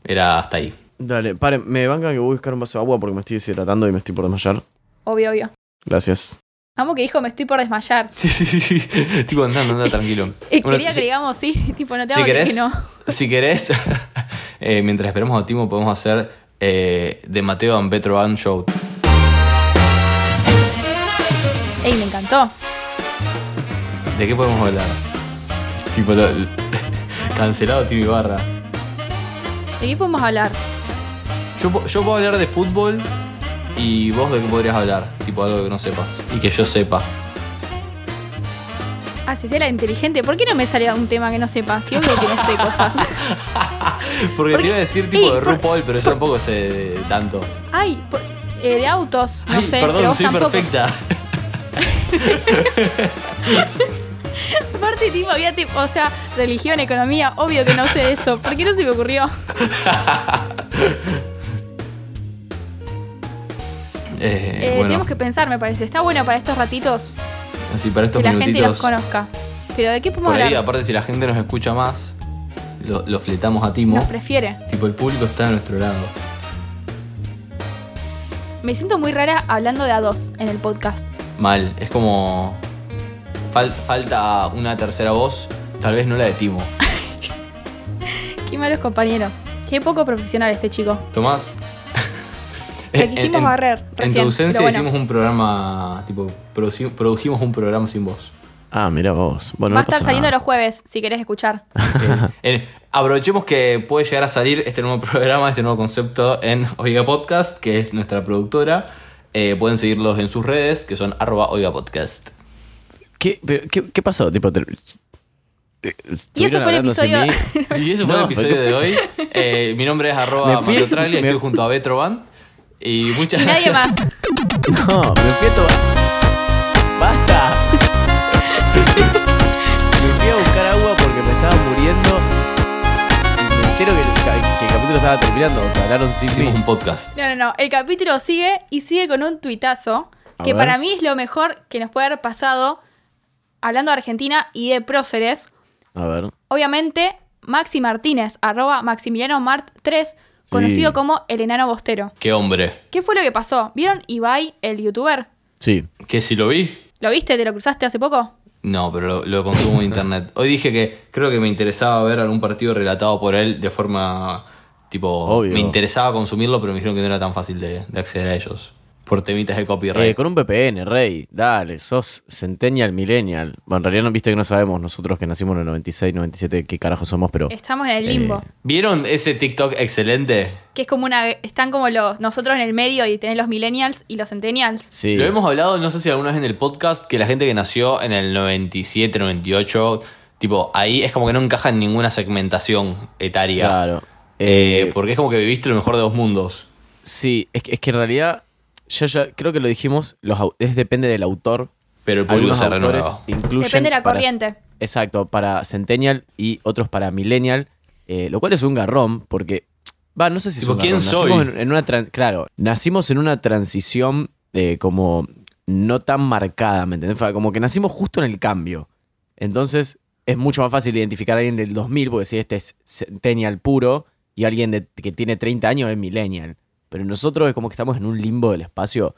Speaker 4: era hasta ahí.
Speaker 3: Dale, paren, me bancan que voy a buscar un vaso de agua porque me estoy deshidratando y me estoy por desmayar.
Speaker 2: Obvio, obvio.
Speaker 3: Gracias.
Speaker 2: Amo que dijo, me estoy por desmayar.
Speaker 4: Sí, sí, sí, sí. Tipo, anda, anda, tranquilo.
Speaker 2: Eh,
Speaker 4: Bueno,
Speaker 2: quería
Speaker 4: si-
Speaker 2: que digamos sí. Tipo, no te
Speaker 4: si
Speaker 2: hago
Speaker 4: querés,
Speaker 2: que no.
Speaker 4: si querés, eh, mientras esperamos a Timo, podemos hacer eh, de Mateo and Petro and Show.
Speaker 2: Ey, me encantó.
Speaker 4: ¿De qué podemos hablar? Tipo, lo- lo- cancelado Timmy Barra.
Speaker 2: ¿De qué podemos hablar?
Speaker 4: Yo, po- yo puedo hablar de fútbol y vos de qué podrías hablar. Tipo, algo que no sepas y que yo sepa.
Speaker 2: Ah, si sea la inteligente. ¿Por qué no me sale un tema que no sepa? Si obvio que no sé cosas.
Speaker 4: Porque
Speaker 2: Porque-
Speaker 4: te iba a decir tipo
Speaker 2: Ey,
Speaker 4: de
Speaker 2: por-
Speaker 4: RuPaul, pero yo tampoco sé de tanto.
Speaker 2: Ay, por- eh, de autos. No
Speaker 4: Ay,
Speaker 2: sé. pero
Speaker 4: perdón,
Speaker 2: vos
Speaker 4: soy
Speaker 2: tampoco.
Speaker 4: perfecta.
Speaker 2: Aparte, tipo, había tipo, o sea, religión, economía, obvio que no sé eso. ¿Por qué no se me ocurrió?
Speaker 4: Eh,
Speaker 2: Eh,
Speaker 4: bueno,
Speaker 2: Tenemos que pensar, me parece. Está bueno para estos ratitos
Speaker 4: así para estos
Speaker 2: que la gente los
Speaker 4: minutitos.
Speaker 2: conozca. Pero ¿de qué podemos
Speaker 4: por ahí,
Speaker 2: hablar?
Speaker 4: aparte, si la gente nos escucha más, lo, lo fletamos a Timo.
Speaker 2: Nos prefiere.
Speaker 4: Tipo, el público está a nuestro lado.
Speaker 2: Me siento muy rara hablando de a dos en el podcast.
Speaker 4: Mal, es como. fal- falta una tercera voz, tal vez no la de Timo.
Speaker 2: Qué malos compañeros. Qué poco profesional este chico.
Speaker 4: Tomás.
Speaker 2: Te quisimos barrer
Speaker 4: En
Speaker 2: recién,
Speaker 4: tu ausencia
Speaker 2: pero bueno.
Speaker 4: hicimos un programa, tipo, produci- produjimos un programa sin voz.
Speaker 3: Ah, mira vos. Bueno,
Speaker 2: Va a
Speaker 3: no pasa
Speaker 2: estar saliendo
Speaker 3: nada.
Speaker 2: los jueves, si querés escuchar.
Speaker 4: Eh, aprovechemos que puede llegar a salir este nuevo programa, este nuevo concepto en Oiga Podcast, que es nuestra productora. Eh, pueden seguirlos en sus redes, que son arroba Oiga Podcast.
Speaker 3: ¿Qué, pero qué- qué pasó? Tipo, te-
Speaker 2: Y eso fue el
Speaker 3: Estuvieron
Speaker 2: episodio.
Speaker 3: hablándose de mí.
Speaker 4: Y eso fue el
Speaker 3: No,
Speaker 4: episodio de hoy. Eh, mi nombre es arroba
Speaker 3: Me fui-
Speaker 4: Matotraglia,
Speaker 3: me-
Speaker 4: estoy junto a Betroban. Y muchas
Speaker 2: Y nadie
Speaker 4: gracias.
Speaker 2: más.
Speaker 3: No, me fui a tomar- ¡Basta! me fui a buscar agua porque me estaba muriendo. Y me entero que el, ca- que el capítulo estaba terminando. o sea, Hablaron sin
Speaker 4: Hicimos
Speaker 3: mí.
Speaker 4: un podcast.
Speaker 2: No, no, no. El capítulo sigue y sigue con un tuitazo
Speaker 3: A
Speaker 2: que
Speaker 3: ver.
Speaker 2: para mí es lo mejor que nos puede haber pasado hablando de Argentina y de próceres.
Speaker 3: A ver.
Speaker 2: Obviamente, Maxi Martínez, arroba Maximiliano Mart 3, conocido como el enano bostero.
Speaker 4: Qué hombre.
Speaker 2: ¿Qué fue lo que pasó? ¿Vieron Ibai, el youtuber?
Speaker 3: Sí.
Speaker 4: Que si lo vi.
Speaker 2: ¿Lo viste? ¿Te lo cruzaste hace poco?
Speaker 4: No, pero lo, lo consumo en internet. Hoy dije que creo que me interesaba ver algún partido relatado por él de forma. Tipo.
Speaker 3: Obvio.
Speaker 4: Me interesaba consumirlo, pero me dijeron que no era tan fácil de, de acceder a ellos. Por temitas de
Speaker 3: Eh,
Speaker 4: copyright.
Speaker 3: con un VPN, Rey. Dale, sos Centennial Millennial. Bueno, en realidad no viste que no sabemos nosotros que nacimos en el 96, 97, qué carajo somos, pero.
Speaker 2: Estamos en el limbo.
Speaker 3: Eh.
Speaker 4: ¿Vieron ese TikTok excelente?
Speaker 2: Que es como una. Están como los. Nosotros en el medio y tenés los millennials y los centennials.
Speaker 3: Sí.
Speaker 4: Lo hemos hablado, no sé si alguna vez en el podcast, que la gente que nació en el 97, 98, tipo, ahí es como que no encaja en ninguna segmentación etaria.
Speaker 3: Claro.
Speaker 4: Eh,
Speaker 3: Eh,
Speaker 4: porque es como que viviste lo mejor de dos mundos.
Speaker 3: Sí, es que, es que en realidad, yo ya creo que lo dijimos, los, au- es depende del autor.
Speaker 4: Pero el público
Speaker 3: Algunos
Speaker 4: se
Speaker 3: autores
Speaker 4: renueva.
Speaker 3: incluyen
Speaker 2: Depende de la
Speaker 3: para-
Speaker 2: corriente.
Speaker 3: exacto, para Centennial y otros para Millennial, eh, lo cual es un garrón, porque, va, no sé si es
Speaker 4: Tipo,
Speaker 3: un
Speaker 4: ¿quién
Speaker 3: garrón.
Speaker 4: soy?
Speaker 3: Nacimos en, en una tran- claro, nacimos en una transición eh, como no tan marcada, ¿me entendés? Fue Como que nacimos justo en el cambio. Entonces es mucho más fácil identificar a alguien del 2000, porque si este es Centennial puro y alguien de- que tiene 30 años es Millennial. Pero nosotros es como que estamos en un limbo del espacio.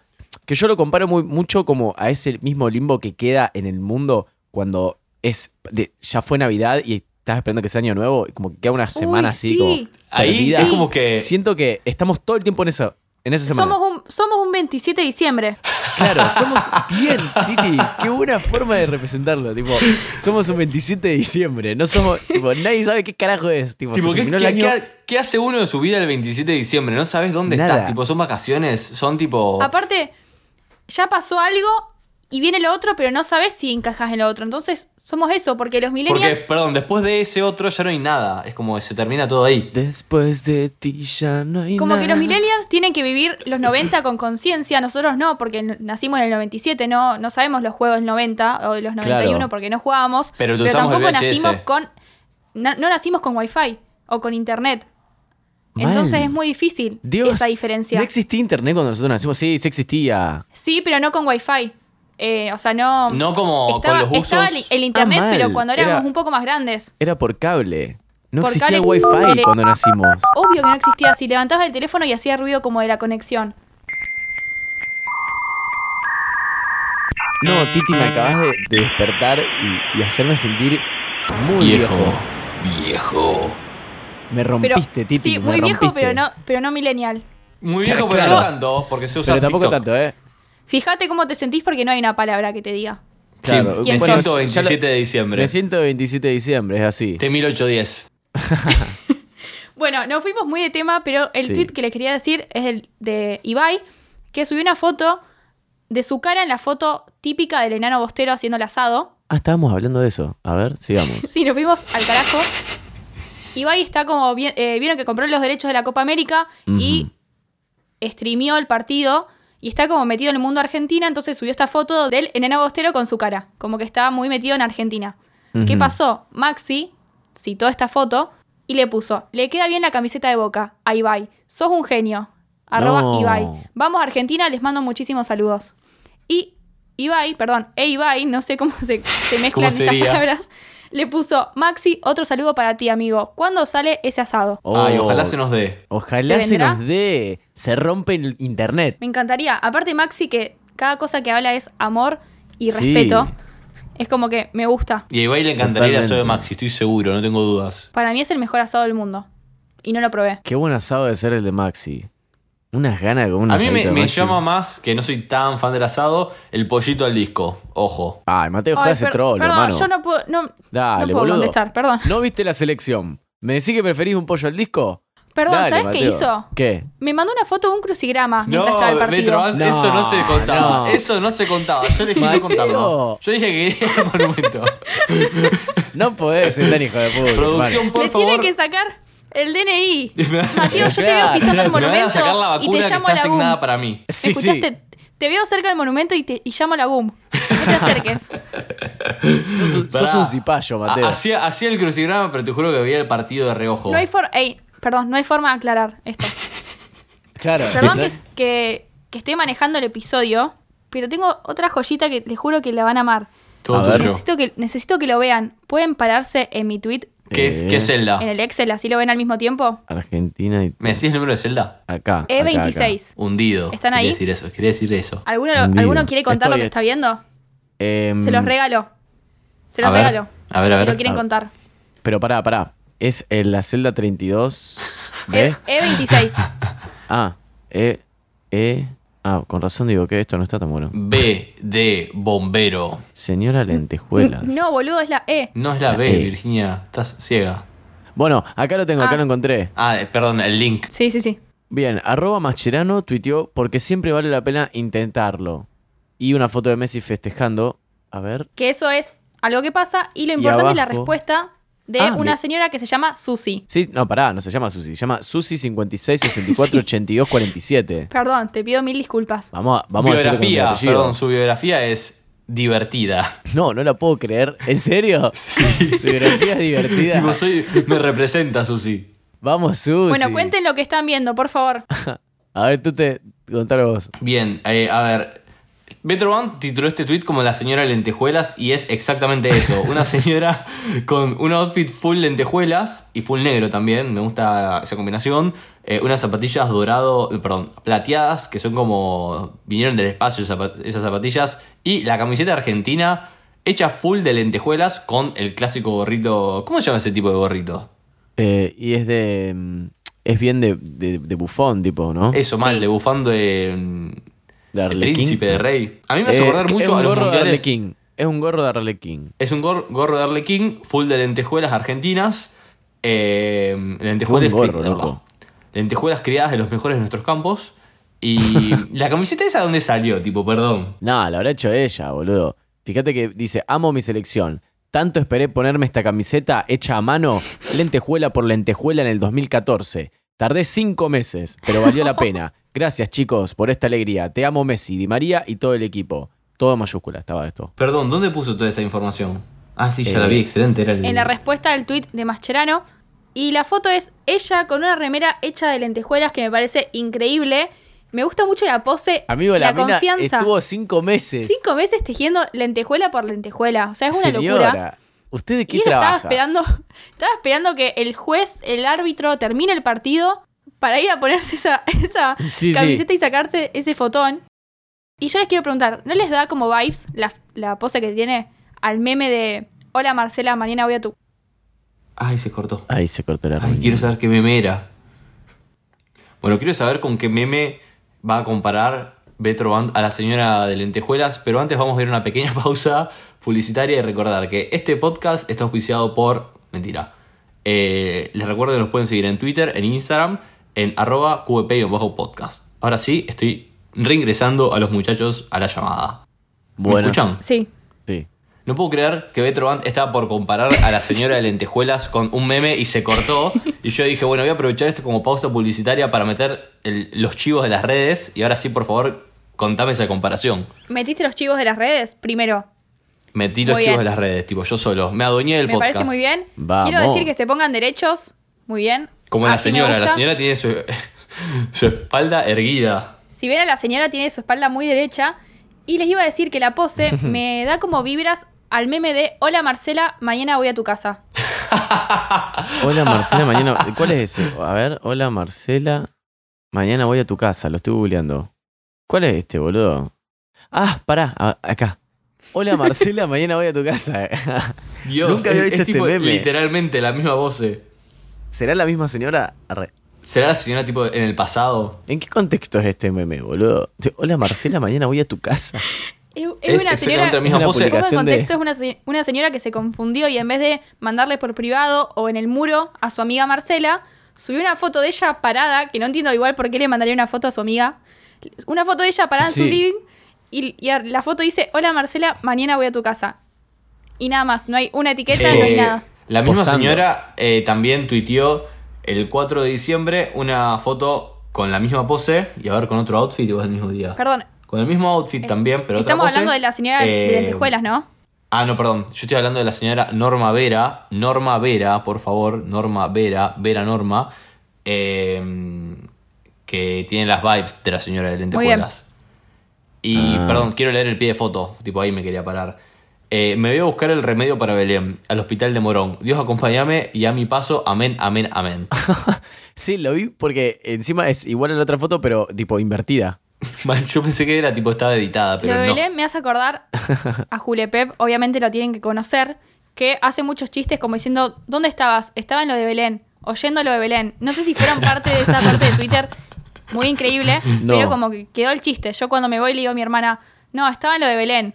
Speaker 3: Que yo lo comparo muy, mucho como a ese mismo limbo que queda en el mundo cuando es de- ya fue Navidad y estás esperando que sea Año Nuevo y como que queda una semana así
Speaker 2: sí.
Speaker 3: como
Speaker 4: Ahí
Speaker 3: perdida.
Speaker 4: es como que.
Speaker 3: Siento que estamos todo el tiempo en esa, en esa semana.
Speaker 2: Somos un, somos un 27 de diciembre.
Speaker 3: Claro, somos bien, Titi. Qué buena forma de representarlo. Tipo, somos un 27 de diciembre. No somos. Tipo, nadie sabe qué carajo es. Tipo,
Speaker 4: Tipo,
Speaker 3: se
Speaker 4: ¿qué,
Speaker 3: terminó el
Speaker 4: qué-
Speaker 3: año.
Speaker 4: qué- qué hace uno de su vida el 27 de diciembre? No sabes dónde
Speaker 3: Nada.
Speaker 4: estás. Tipo, son vacaciones, son tipo.
Speaker 2: Aparte, ya pasó algo y viene lo otro, pero no sabes si encajas en lo otro. Entonces, somos eso, porque los
Speaker 4: Porque,
Speaker 2: millennials.
Speaker 4: perdón, después de ese otro ya no hay nada. Es como que se termina todo ahí.
Speaker 3: Después de ti ya no hay
Speaker 2: Como que
Speaker 3: nada.
Speaker 2: los millennials tienen que vivir los 90 con conciencia, nosotros no, porque n- nacimos en el 97, no, no sabemos los juegos del 90 o de los 91
Speaker 3: Claro.
Speaker 2: porque no jugábamos.
Speaker 4: Pero te usamos el
Speaker 2: tampoco
Speaker 4: VHS.
Speaker 2: nacimos con. na- no nacimos con wifi o con internet.
Speaker 3: Mal.
Speaker 2: Entonces es muy difícil
Speaker 3: Dios,
Speaker 2: esa diferencia.
Speaker 3: No existía internet cuando nosotros nacimos. Sí, sí existía.
Speaker 2: Sí, pero no con wifi. Eh, o sea, no.
Speaker 4: No como
Speaker 2: estaba,
Speaker 4: con los usos.
Speaker 2: estaba el, el internet,
Speaker 3: Ah, mal.
Speaker 2: pero cuando éramos
Speaker 3: Era-
Speaker 2: un poco más grandes.
Speaker 3: Era por cable. No
Speaker 2: Por
Speaker 3: existía
Speaker 2: cable.
Speaker 3: wifi
Speaker 2: Tele-
Speaker 3: cuando nacimos.
Speaker 2: Obvio que no existía. Si levantabas el teléfono y hacía ruido como de la conexión.
Speaker 4: Mm.
Speaker 3: No, Titi, me acabas de, de despertar y, y hacerme sentir muy viejo.
Speaker 4: Viejo.
Speaker 3: Me
Speaker 2: Pero,
Speaker 3: rompiste, Titi.
Speaker 2: sí,
Speaker 3: me
Speaker 2: muy viejo,
Speaker 3: rompiste.
Speaker 2: pero no, pero no millennial.
Speaker 4: Muy viejo, pero
Speaker 3: Claro.
Speaker 4: no tanto, porque se usa
Speaker 3: Pero tampoco
Speaker 4: TikTok.
Speaker 3: tanto, ¿eh?
Speaker 2: Fíjate cómo te sentís porque no hay una palabra que te diga.
Speaker 3: Claro,
Speaker 4: Sí, me
Speaker 2: ¿quién
Speaker 3: bueno,
Speaker 4: siento
Speaker 3: ya lo-
Speaker 4: 27 de diciembre. Este
Speaker 3: Me siento 27 de diciembre, es así.
Speaker 4: De 1810.
Speaker 2: Bueno, nos fuimos muy de tema, pero el
Speaker 3: Sí.
Speaker 2: tweet que les quería decir es el de Ibai, que subió una foto de su cara en la foto típica del enano bostero haciendo el asado.
Speaker 3: Ah, estábamos hablando de eso. A ver, sigamos.
Speaker 2: Sí, nos fuimos al carajo. Ibai está como. bien- eh, Vieron que compró los derechos de la Copa América y streameó el partido. Y está como metido en el mundo argentina, entonces subió esta foto del enano bostero con su cara. Como que estaba muy metido en Argentina. ¿Qué
Speaker 3: Ujú.
Speaker 2: pasó? Maxi citó esta foto y le puso: Le queda bien la camiseta de boca a Ibai. Sos un genio. Arroba
Speaker 3: No.
Speaker 2: Ibai. Vamos a Argentina, les mando muchísimos saludos. Y Ibai, perdón, e Ibai, no sé cómo se, se mezclan estas
Speaker 4: sería?
Speaker 2: palabras, le puso, Maxi, otro saludo para ti, amigo. ¿Cuándo sale ese asado?
Speaker 3: Oh,
Speaker 4: Ay, ojalá se nos dé.
Speaker 3: ojalá
Speaker 2: ¿Se
Speaker 3: se nos
Speaker 2: vendrá?
Speaker 3: dé. Se rompe el internet.
Speaker 2: Me encantaría. Aparte, Maxi, que cada cosa que habla es amor y
Speaker 3: Sí.
Speaker 2: respeto. Es como que me gusta.
Speaker 4: Y a Ibai le encantaría el asado de
Speaker 3: Totalmente.
Speaker 4: Maxi, estoy seguro, no tengo dudas.
Speaker 2: Para mí es el mejor asado del mundo. Y no lo probé.
Speaker 3: Qué buen asado de ser el de Maxi. Unas ganas como una
Speaker 4: A mí me, me llama más, que no soy tan fan del asado, el pollito al disco. Ojo.
Speaker 3: Ay, Mateo,
Speaker 2: Ay,
Speaker 3: jodas ese
Speaker 2: per-
Speaker 3: troll,
Speaker 2: perdón,
Speaker 3: hermano.
Speaker 2: yo no puedo, no, no
Speaker 3: Dale,
Speaker 2: puedo
Speaker 3: boludo.
Speaker 2: contestar, perdón.
Speaker 3: ¿No viste la selección? ¿Me decís que preferís un pollo al disco?
Speaker 2: Perdón,
Speaker 3: Dale,
Speaker 2: ¿sabes qué
Speaker 3: Mateo.
Speaker 2: hizo?
Speaker 3: ¿Qué?
Speaker 2: me mandó una foto de un crucigrama mientras
Speaker 4: No,
Speaker 2: estaba el
Speaker 4: Metro,
Speaker 2: partido.
Speaker 4: an- eso no se contaba.
Speaker 3: no.
Speaker 4: Eso no se contaba. Yo dije no
Speaker 3: Mateo.
Speaker 4: contarlo. Yo dije que era el monumento.
Speaker 3: No podés ser tan hijo de puta.
Speaker 4: Producción,
Speaker 3: hermano.
Speaker 4: por
Speaker 2: Le
Speaker 4: favor.
Speaker 2: tiene que sacar el DNI. Mateo, yo te veo
Speaker 3: Claro,
Speaker 2: pisando el
Speaker 4: Me van a
Speaker 2: monumento
Speaker 4: sacar la
Speaker 2: y te
Speaker 4: vacuna que
Speaker 2: llamo
Speaker 4: está
Speaker 2: a la GUM.
Speaker 4: asignada para mí.
Speaker 3: Sí, sí.
Speaker 2: ¿Escuchaste? Te veo cerca del monumento y, te, y llamo a la GUM. No te acerques.
Speaker 3: Sos, sos
Speaker 4: Pará.
Speaker 3: un cipayo, Mateo.
Speaker 4: Ha- Hacía, hacía el crucigrama, pero te juro que veía el partido de reojo.
Speaker 2: No hay forma... Ey, perdón, no hay forma de aclarar esto.
Speaker 3: claro.
Speaker 2: Perdón
Speaker 3: ¿No?
Speaker 2: que, que, que esté manejando el episodio, pero tengo otra joyita que les juro que la van a amar.
Speaker 3: A
Speaker 4: Todo
Speaker 3: ver.
Speaker 4: tuyo.
Speaker 2: Necesito que, necesito que lo vean. ¿Pueden pararse en mi tweet,
Speaker 4: ¿Qué,
Speaker 3: Eh.
Speaker 4: qué celda?
Speaker 2: en el Excel, así lo ven al mismo tiempo? E
Speaker 3: Argentina y.
Speaker 4: ¿Me decís el número de celda?
Speaker 3: Acá. acá, acá.
Speaker 2: E26.
Speaker 4: Hundido.
Speaker 2: ¿Están ahí? Ah,
Speaker 4: Quería decir eso. Quería decir eso.
Speaker 2: ¿Alguno,
Speaker 3: Entendido.
Speaker 2: ¿Alguno quiere contar lo
Speaker 3: Estoy-
Speaker 2: que está viendo?
Speaker 3: Em,
Speaker 2: Se los regalo. Se los
Speaker 4: a ver,
Speaker 2: regalo.
Speaker 4: a ver, a
Speaker 2: Si
Speaker 4: ver.
Speaker 2: lo quieren
Speaker 3: A ver.
Speaker 2: contar.
Speaker 3: Pero pará, pará. Es en la celda 32.
Speaker 2: E-
Speaker 3: ¿De?
Speaker 2: E26.
Speaker 3: Ah, E. E. Ah, con razón digo que esto no está tan bueno.
Speaker 4: B de bombero.
Speaker 3: Señora Lentejuelas.
Speaker 2: No, boludo, es la E.
Speaker 4: No es la
Speaker 3: La
Speaker 4: B,
Speaker 3: E.
Speaker 4: Virginia. Estás ciega.
Speaker 3: Bueno, acá lo tengo, acá
Speaker 2: Ah.
Speaker 3: lo encontré.
Speaker 4: Ah, eh, perdón, el link.
Speaker 2: Sí, sí, sí.
Speaker 3: Bien, arroba Mascherano tuiteó porque siempre vale la pena intentarlo. Y una foto de Messi festejando. A ver.
Speaker 2: Que eso es algo que pasa. Y lo importante es la
Speaker 3: abajo.
Speaker 2: respuesta de
Speaker 3: Ah,
Speaker 2: una
Speaker 3: mi-
Speaker 2: señora que se llama Susi.
Speaker 3: Sí, no, pará, no se llama Susi, se llama Susi 56 64 82 47.
Speaker 2: Perdón, te pido mil disculpas.
Speaker 3: Vamos a, vamos a decirlo con mi
Speaker 4: biografía,
Speaker 3: apellido.
Speaker 4: perdón, su biografía es divertida.
Speaker 3: No, no la puedo creer. ¿En serio? Sí. Su biografía es
Speaker 4: Tipo,
Speaker 3: divertida.
Speaker 4: soy, me representa, Susi.
Speaker 3: Vamos, Susi.
Speaker 2: Bueno, cuenten lo que están viendo, por favor.
Speaker 3: A ver, tú te contalo vos.
Speaker 4: Bien, eh, a ver. Metroban tituló este tweet como la señora lentejuelas y es exactamente eso. Una señora con un outfit full lentejuelas y full negro también, me gusta esa combinación. Eh, unas zapatillas dorado, eh, perdón, plateadas que son como vinieron del espacio esas zapa- esas zapatillas y la camiseta argentina hecha full de lentejuelas con el clásico gorrito, ¿cómo se llama ese tipo de gorrito?
Speaker 3: Eh, y es de. mm, Es bien de, de- de bufón, tipo, ¿no?
Speaker 4: Eso mal,
Speaker 2: Sí.
Speaker 4: de bufando de mm,
Speaker 3: de
Speaker 4: el
Speaker 3: Arlequín.
Speaker 4: príncipe de rey. A mí me hace
Speaker 3: Eh,
Speaker 4: acordar
Speaker 3: es
Speaker 4: mucho
Speaker 3: un
Speaker 4: a los
Speaker 3: gorro de
Speaker 4: mundiales.
Speaker 3: Arlequín. Es un gorro de Arlequín.
Speaker 4: Es un gor- gorro de Arlequín, full de lentejuelas argentinas. eh, lentejuelas,
Speaker 3: Qué buen gorro,
Speaker 4: cri-
Speaker 3: loco.
Speaker 4: lentejuelas criadas de los mejores de nuestros campos. Y la camiseta esa, ¿dónde salió? Tipo, perdón.
Speaker 3: Nah, la habrá hecho ella, boludo. Fíjate que dice: Amo mi selección. Tanto esperé ponerme esta camiseta hecha a mano, lentejuela por lentejuela en el 2014. Tardé cinco meses, pero valió la pena. Gracias, chicos, por esta alegría. Te amo, Messi, Di María y todo el equipo. Todo en mayúscula estaba esto.
Speaker 4: Perdón, ¿dónde puso toda esa información? Ah, sí, ya la
Speaker 3: Eh,
Speaker 4: vi, excelente. Era el...
Speaker 2: En la respuesta del tweet de Mascherano. Y la foto es ella con una remera hecha de lentejuelas que me parece increíble. Me gusta mucho la pose,
Speaker 3: Amigo, la,
Speaker 2: la,
Speaker 3: mina
Speaker 2: confianza.
Speaker 3: estuvo cinco meses.
Speaker 2: Cinco meses tejiendo lentejuela por lentejuela. O sea, es una
Speaker 3: Señora,
Speaker 2: locura.
Speaker 3: ¿usted de qué
Speaker 2: Y ella
Speaker 3: trabaja?
Speaker 2: estaba esperando, estaba esperando que el juez, el árbitro, termine el partido para ir a ponerse esa, esa
Speaker 3: Sí, sí.
Speaker 2: camiseta y sacarse ese fotón. Y yo les quiero preguntar, ¿no les da como vibes la, la pose que tiene al meme de Hola Marcela, mañana voy a tu.
Speaker 4: Ay, se cortó.
Speaker 3: Ahí se cortó la
Speaker 4: Ay,
Speaker 3: reunión.
Speaker 4: quiero saber qué meme era. Bueno, quiero saber con qué meme va a comparar Betro Band a la señora de lentejuelas, pero antes vamos a ir a una pequeña pausa publicitaria y recordar que este podcast está auspiciado por... Mentira. Eh, les recuerdo que nos pueden seguir en Twitter, en Instagram, en arroba qp-podcast. Ahora sí, estoy reingresando a los muchachos a la llamada. ¿Me
Speaker 3: Bueno,
Speaker 4: escuchan?
Speaker 2: Sí.
Speaker 3: sí.
Speaker 4: No puedo creer que Betro Band estaba por comparar a la señora de lentejuelas con un meme y se cortó. Y yo dije, bueno, voy a aprovechar esto como pausa publicitaria para meter el- los chivos de las redes. Y ahora sí, por favor, contame esa comparación.
Speaker 2: ¿Metiste los chivos de las redes? Primero.
Speaker 4: Metí los
Speaker 2: Muy
Speaker 4: chivos
Speaker 2: bien.
Speaker 4: de las redes, tipo, yo solo. Me adueñé del
Speaker 2: me
Speaker 4: podcast.
Speaker 2: parece muy bien.
Speaker 3: Vamos.
Speaker 2: Quiero decir que se pongan derechos. Muy bien.
Speaker 4: Como la
Speaker 2: Así Ah, me
Speaker 4: señora, la
Speaker 2: gusta.
Speaker 4: señora tiene su, su espalda erguida.
Speaker 2: Si ven a la señora tiene su espalda muy derecha y les iba a decir que la pose me da como vibras al meme de Hola Marcela, mañana voy a tu casa.
Speaker 3: Hola Marcela, mañana. ¿Cuál es ese? A ver, hola Marcela. Mañana voy a tu casa, lo estoy googleando. ¿Cuál es este, boludo? Ah, pará, a- acá. Hola Marcela, mañana voy a tu casa.
Speaker 4: Dios,
Speaker 3: Nunca había
Speaker 4: es-
Speaker 3: visto
Speaker 4: es
Speaker 3: este
Speaker 4: tipo
Speaker 3: meme.
Speaker 4: literalmente la misma voz. eh.
Speaker 3: ¿Será la misma señora? Arre.
Speaker 4: ¿Será la señora tipo en el pasado?
Speaker 3: ¿En qué contexto es este meme, boludo? Te- Hola Marcela, mañana voy a tu casa.
Speaker 2: Es,
Speaker 4: Es
Speaker 2: es una señora.
Speaker 4: exactamente la misma
Speaker 3: Una
Speaker 2: Pongo
Speaker 4: pose.
Speaker 2: en
Speaker 3: Aplicación de-
Speaker 2: contexto, es una, se- una señora que se confundió y en vez de mandarle por privado o en el muro a su amiga Marcela, subió una foto de ella parada, que no entiendo igual por qué le mandaría una foto a su amiga. Una foto de ella parada en
Speaker 3: Sí.
Speaker 2: su living y, y la foto dice, hola Marcela, mañana voy a tu casa. Y nada más, no hay una etiqueta, no hay
Speaker 4: Eh,
Speaker 2: nada.
Speaker 4: La misma
Speaker 3: Posando.
Speaker 4: señora eh, también tuiteó el 4 de diciembre una foto con la misma pose y a ver con otro outfit igual el mismo día.
Speaker 2: Perdón, Eh,
Speaker 4: Con el mismo outfit también, pero otra
Speaker 2: estamos
Speaker 4: pose.
Speaker 2: hablando de la señora de
Speaker 4: Eh,
Speaker 2: lentejuelas, ¿no?
Speaker 4: Ah, no, perdón. Yo estoy hablando de la señora Norma Vera. Norma Vera, por favor. Norma Vera. Vera Norma. eh, que tiene las vibes de la señora de lentejuelas. Y,
Speaker 3: Ah.
Speaker 4: perdón, quiero leer el pie de foto. Tipo, ahí me quería parar. Eh, me voy a buscar el remedio para Belén, al hospital de Morón. Dios acompáñame y a mi paso, amén, amén, amén.
Speaker 3: Sí, lo vi porque encima es igual a la otra foto, pero tipo invertida.
Speaker 4: Man, yo pensé que era tipo, estaba editada, pero
Speaker 2: lo de
Speaker 4: no.
Speaker 2: Belén me hace acordar a Julepep, obviamente lo tienen que conocer, que hace muchos chistes como diciendo, ¿dónde estabas? Estaba en lo de Belén, oyendo lo de Belén. No sé si fueron parte de esa parte de Twitter, muy increíble,
Speaker 3: No.
Speaker 2: pero como que quedó el chiste. Yo cuando me voy le digo a mi hermana, no, estaba en lo de Belén.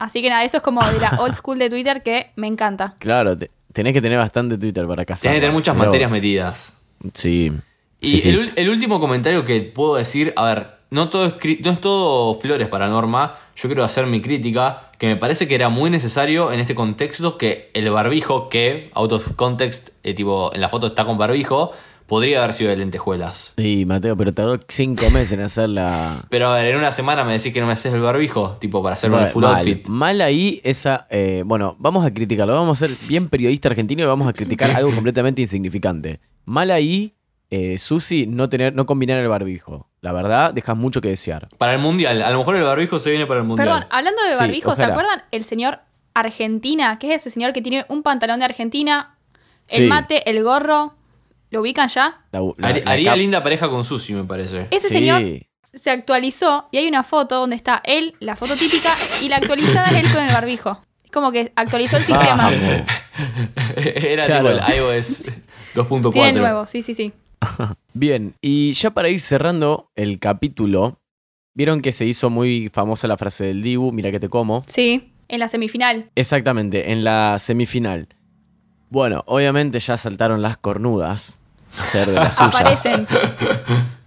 Speaker 2: Así que nada, eso es como de la old school de Twitter que me encanta.
Speaker 3: Claro, te- tenés que tener bastante Twitter para casar.
Speaker 4: Tiene que tener muchas materias metidas.
Speaker 3: Sí.
Speaker 4: Y
Speaker 3: Sí, sí.
Speaker 4: El, ul- el último comentario que puedo decir, a ver, no todo es, cri- no es todo flores para Norma, yo quiero hacer mi crítica, que me parece que era muy necesario en este contexto que el barbijo, que out of context, eh, tipo, en la foto está con barbijo, podría haber sido de lentejuelas.
Speaker 3: Sí, Mateo, pero tardó cinco meses en hacer la.
Speaker 4: Pero a ver, en una semana me decís que no me haces el barbijo, tipo, para hacerme el
Speaker 3: Mal,
Speaker 4: full
Speaker 3: mal,
Speaker 4: outfit.
Speaker 3: mal ahí esa. eh, bueno, vamos a criticarlo. Vamos a ser bien periodista argentino y vamos a criticar algo completamente insignificante. Mal ahí, eh, Susi, no, tener, no combinar el barbijo. La verdad, dejas mucho que desear.
Speaker 4: Para el mundial, a lo mejor el barbijo se viene para el mundial.
Speaker 2: Perdón, hablando de
Speaker 3: Sí,
Speaker 2: barbijos, ¿se
Speaker 3: ojalá.
Speaker 2: acuerdan el señor Argentina? Que es ese señor que tiene un pantalón de Argentina, el
Speaker 3: Sí.
Speaker 2: mate, el gorro. ¿Lo ubican ya?
Speaker 3: La- la-
Speaker 4: Har-
Speaker 3: la
Speaker 4: Haría
Speaker 3: cap-
Speaker 4: linda pareja con Susi, me parece.
Speaker 2: Ese
Speaker 3: Sí.
Speaker 2: señor se actualizó y hay una foto donde está él, la foto típica, y la actualizada él con el barbijo. Es como que actualizó
Speaker 3: Ah,
Speaker 2: el sistema.
Speaker 3: Vamos.
Speaker 4: Era
Speaker 3: Claro.
Speaker 4: tipo el iOS 2.4.
Speaker 2: Tiene el nuevo, sí, sí, sí.
Speaker 3: Bien, y ya para ir cerrando el capítulo, vieron que se hizo muy famosa la frase del Dibu, mira que te como.
Speaker 2: Sí, en la semifinal.
Speaker 3: Exactamente, en la semifinal. Bueno, obviamente ya saltaron las cornudas, ser de las suyas.
Speaker 2: Aparecen.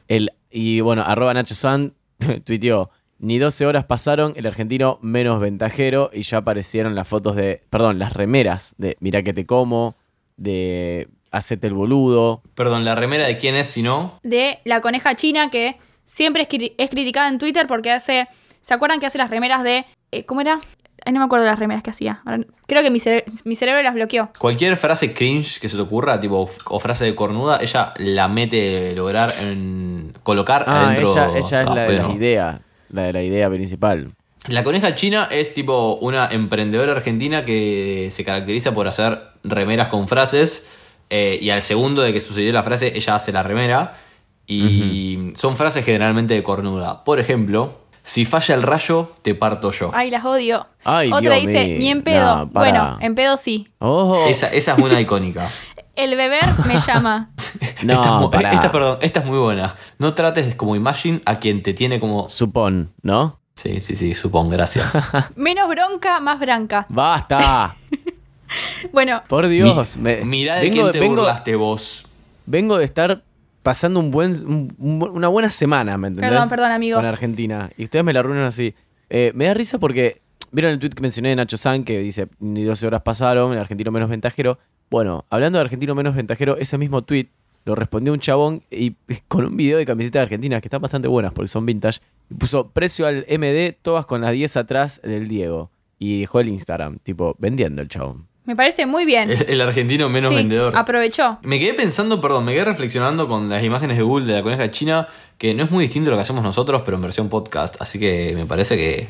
Speaker 3: El, y bueno, arroba Nacho San tuiteó, ni 12 horas pasaron, el argentino menos ventajero y ya aparecieron las fotos de, perdón, las remeras de mira que te como, de hacete el boludo.
Speaker 4: Perdón, la remera de quién es, si no.
Speaker 2: De la coneja china que siempre es, cri- es criticada en Twitter porque hace. ¿Se acuerdan que hace las remeras de. eh, ¿Cómo era? Ay, no me acuerdo de las remeras que hacía. Ahora no- creo que mi, cere- mi cerebro las bloqueó.
Speaker 4: Cualquier frase cringe que se te ocurra, tipo, f- o frase de cornuda, ella la mete lograr en colocar
Speaker 3: Ah,
Speaker 4: adentro.
Speaker 3: ella, ella es
Speaker 4: Ah,
Speaker 3: la de la
Speaker 4: bueno.
Speaker 3: idea, la de la idea principal.
Speaker 4: La coneja china es tipo una emprendedora argentina que se caracteriza por hacer remeras con frases. eh, y al segundo de que sucedió la frase, ella hace la remera. Y son frases generalmente de cornuda. Por ejemplo, si falla el rayo, te parto yo.
Speaker 2: Ay, las odio.
Speaker 3: Ay,
Speaker 2: Otra
Speaker 3: Dios
Speaker 2: dice,
Speaker 3: mío.
Speaker 2: ni en pedo.
Speaker 3: No, para.
Speaker 2: bueno, en pedo sí.
Speaker 3: Ojo.
Speaker 4: Esa, esa es una icónica.
Speaker 2: El beber me llama.
Speaker 3: no,
Speaker 4: esta, es mu-
Speaker 3: pará.
Speaker 4: esta, perdón, esta es muy buena. No trates como Imagine a quien te tiene como.
Speaker 3: Supón, ¿no?
Speaker 4: Sí, sí, sí, supongo, gracias.
Speaker 2: Menos bronca, más branca.
Speaker 3: Basta.
Speaker 2: Bueno,
Speaker 3: Por Dios. me-
Speaker 4: Mirá de quién te burlaste vos.
Speaker 3: vengo de estar pasando un buen, un- un bu- una buena semana, ¿me entendés?
Speaker 2: Perdón, perdón, amigo.
Speaker 3: Con Argentina. Y ustedes me la arruinan así. Eh, me da risa porque, ¿vieron el tweet que mencioné de Nacho San que dice, ni 12 horas pasaron, el argentino menos ventajero? Bueno, hablando de argentino menos ventajero, ese mismo tweet lo respondió un chabón y con un video de camisetas argentinas que están bastante buenas porque son vintage. Y puso precio al MD, todas con las 10 atrás del Diego. Y dejó el Instagram, tipo, vendiendo el chabón.
Speaker 2: me parece muy bien.
Speaker 4: El, el argentino menos
Speaker 2: Sí,
Speaker 4: vendedor.
Speaker 2: Aprovechó.
Speaker 4: Me quedé pensando, perdón, me quedé reflexionando con las imágenes de Google de la coneja china, que no es muy distinto a lo que hacemos nosotros, pero en versión podcast. Así que me parece que.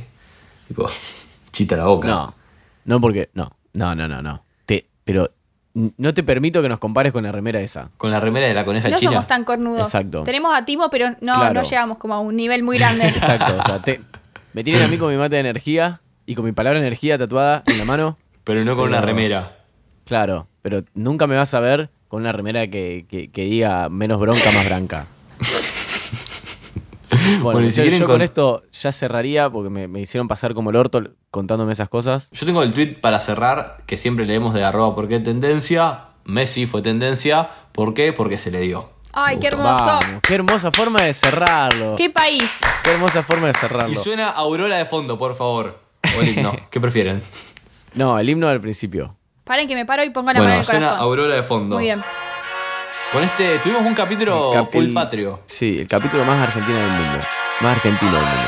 Speaker 4: Tipo, chita la boca.
Speaker 3: No, no porque, no, no, no, no, no. Te, pero n- no te permito que nos compares con la remera esa.
Speaker 4: Con la remera de la coneja
Speaker 2: No
Speaker 4: china.
Speaker 2: somos tan cornudos.
Speaker 3: Exacto.
Speaker 2: Tenemos a Timo, pero no,
Speaker 3: Claro.
Speaker 2: no llegamos como a un nivel muy grande.
Speaker 3: Exacto, o sea, te- me tienen a mí con mi mate de energía y con mi palabra energía tatuada en la mano.
Speaker 4: Pero no con
Speaker 3: Pero-
Speaker 4: una remera.
Speaker 3: Claro, pero nunca me vas a ver con una remera que, que- que diga menos bronca, más branca. Bueno,
Speaker 4: Bueno, y si
Speaker 3: yo- yo,
Speaker 4: quieren
Speaker 3: con
Speaker 4: con-
Speaker 3: esto ya cerraría porque me, me hicieron pasar como el orto contándome esas cosas.
Speaker 4: Yo tengo el tweet para cerrar que siempre leemos de arroba porque tendencia. Messi fue tendencia ¿Por qué? Porque se le dio.
Speaker 2: Ay, qué hermoso.
Speaker 3: Vamos, qué hermosa forma de cerrarlo.
Speaker 2: Qué país.
Speaker 3: Qué hermosa forma de cerrarlo.
Speaker 4: Y suena Aurora de fondo, por favor. O el himno. ¿Qué prefieren?
Speaker 3: No, el himno al principio.
Speaker 2: Paren que me paro y pongo la
Speaker 4: bueno,
Speaker 2: mano en el
Speaker 4: suena
Speaker 2: corazón.
Speaker 4: Aurora de fondo.
Speaker 2: Muy bien.
Speaker 4: Con este tuvimos un capítulo
Speaker 3: Cap-
Speaker 4: full
Speaker 3: el-
Speaker 4: patrio.
Speaker 3: Sí, el capítulo más argentino del mundo. Más argentino del mundo.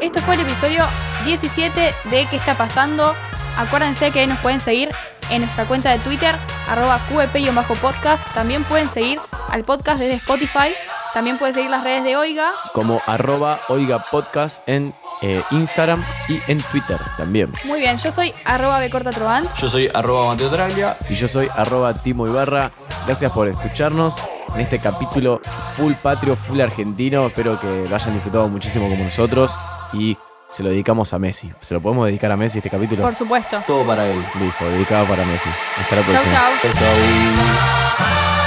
Speaker 2: Esto fue el episodio 17 de ¿Qué está pasando? Acuérdense que nos pueden seguir en nuestra cuenta de Twitter, arroba qep-podcast. También pueden seguir al podcast desde Spotify. También pueden seguir las redes de Oiga.
Speaker 3: Como arroba oiga podcast en eh, Instagram y en Twitter también.
Speaker 2: Muy bien, yo soy arroba becortatrovant.
Speaker 4: Yo soy arroba Mateo Traglia.
Speaker 3: Y yo soy arroba Timo Ibarra. Gracias por escucharnos en este capítulo full patrio, full argentino. Espero que lo hayan disfrutado muchísimo como nosotros. Y se lo dedicamos a Messi. ¿Se lo podemos dedicar a Messi este capítulo?
Speaker 2: Por supuesto.
Speaker 4: Todo para él.
Speaker 3: Listo, dedicado para Messi. Hasta la próxima.
Speaker 2: Chau, chau.
Speaker 4: Chau, chau.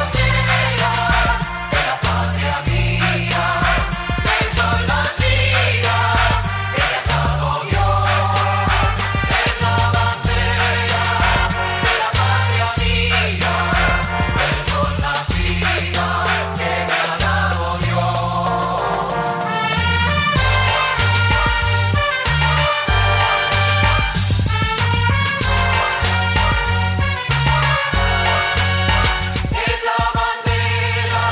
Speaker 5: Es la bandera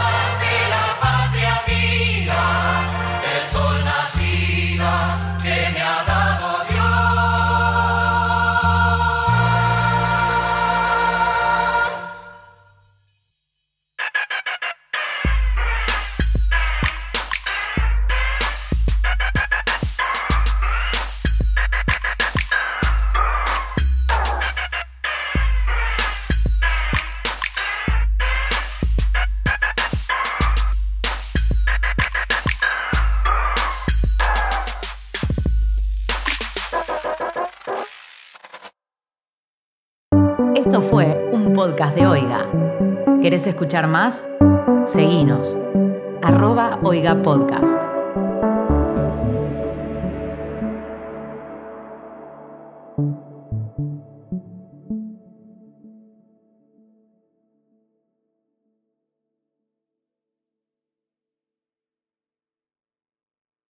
Speaker 5: de la patria mía, el sol nacida que me ha dado Dios.
Speaker 1: Esto fue un podcast de Oiga. ¿Querés escuchar más? Seguinos. Arroba Oiga Podcast.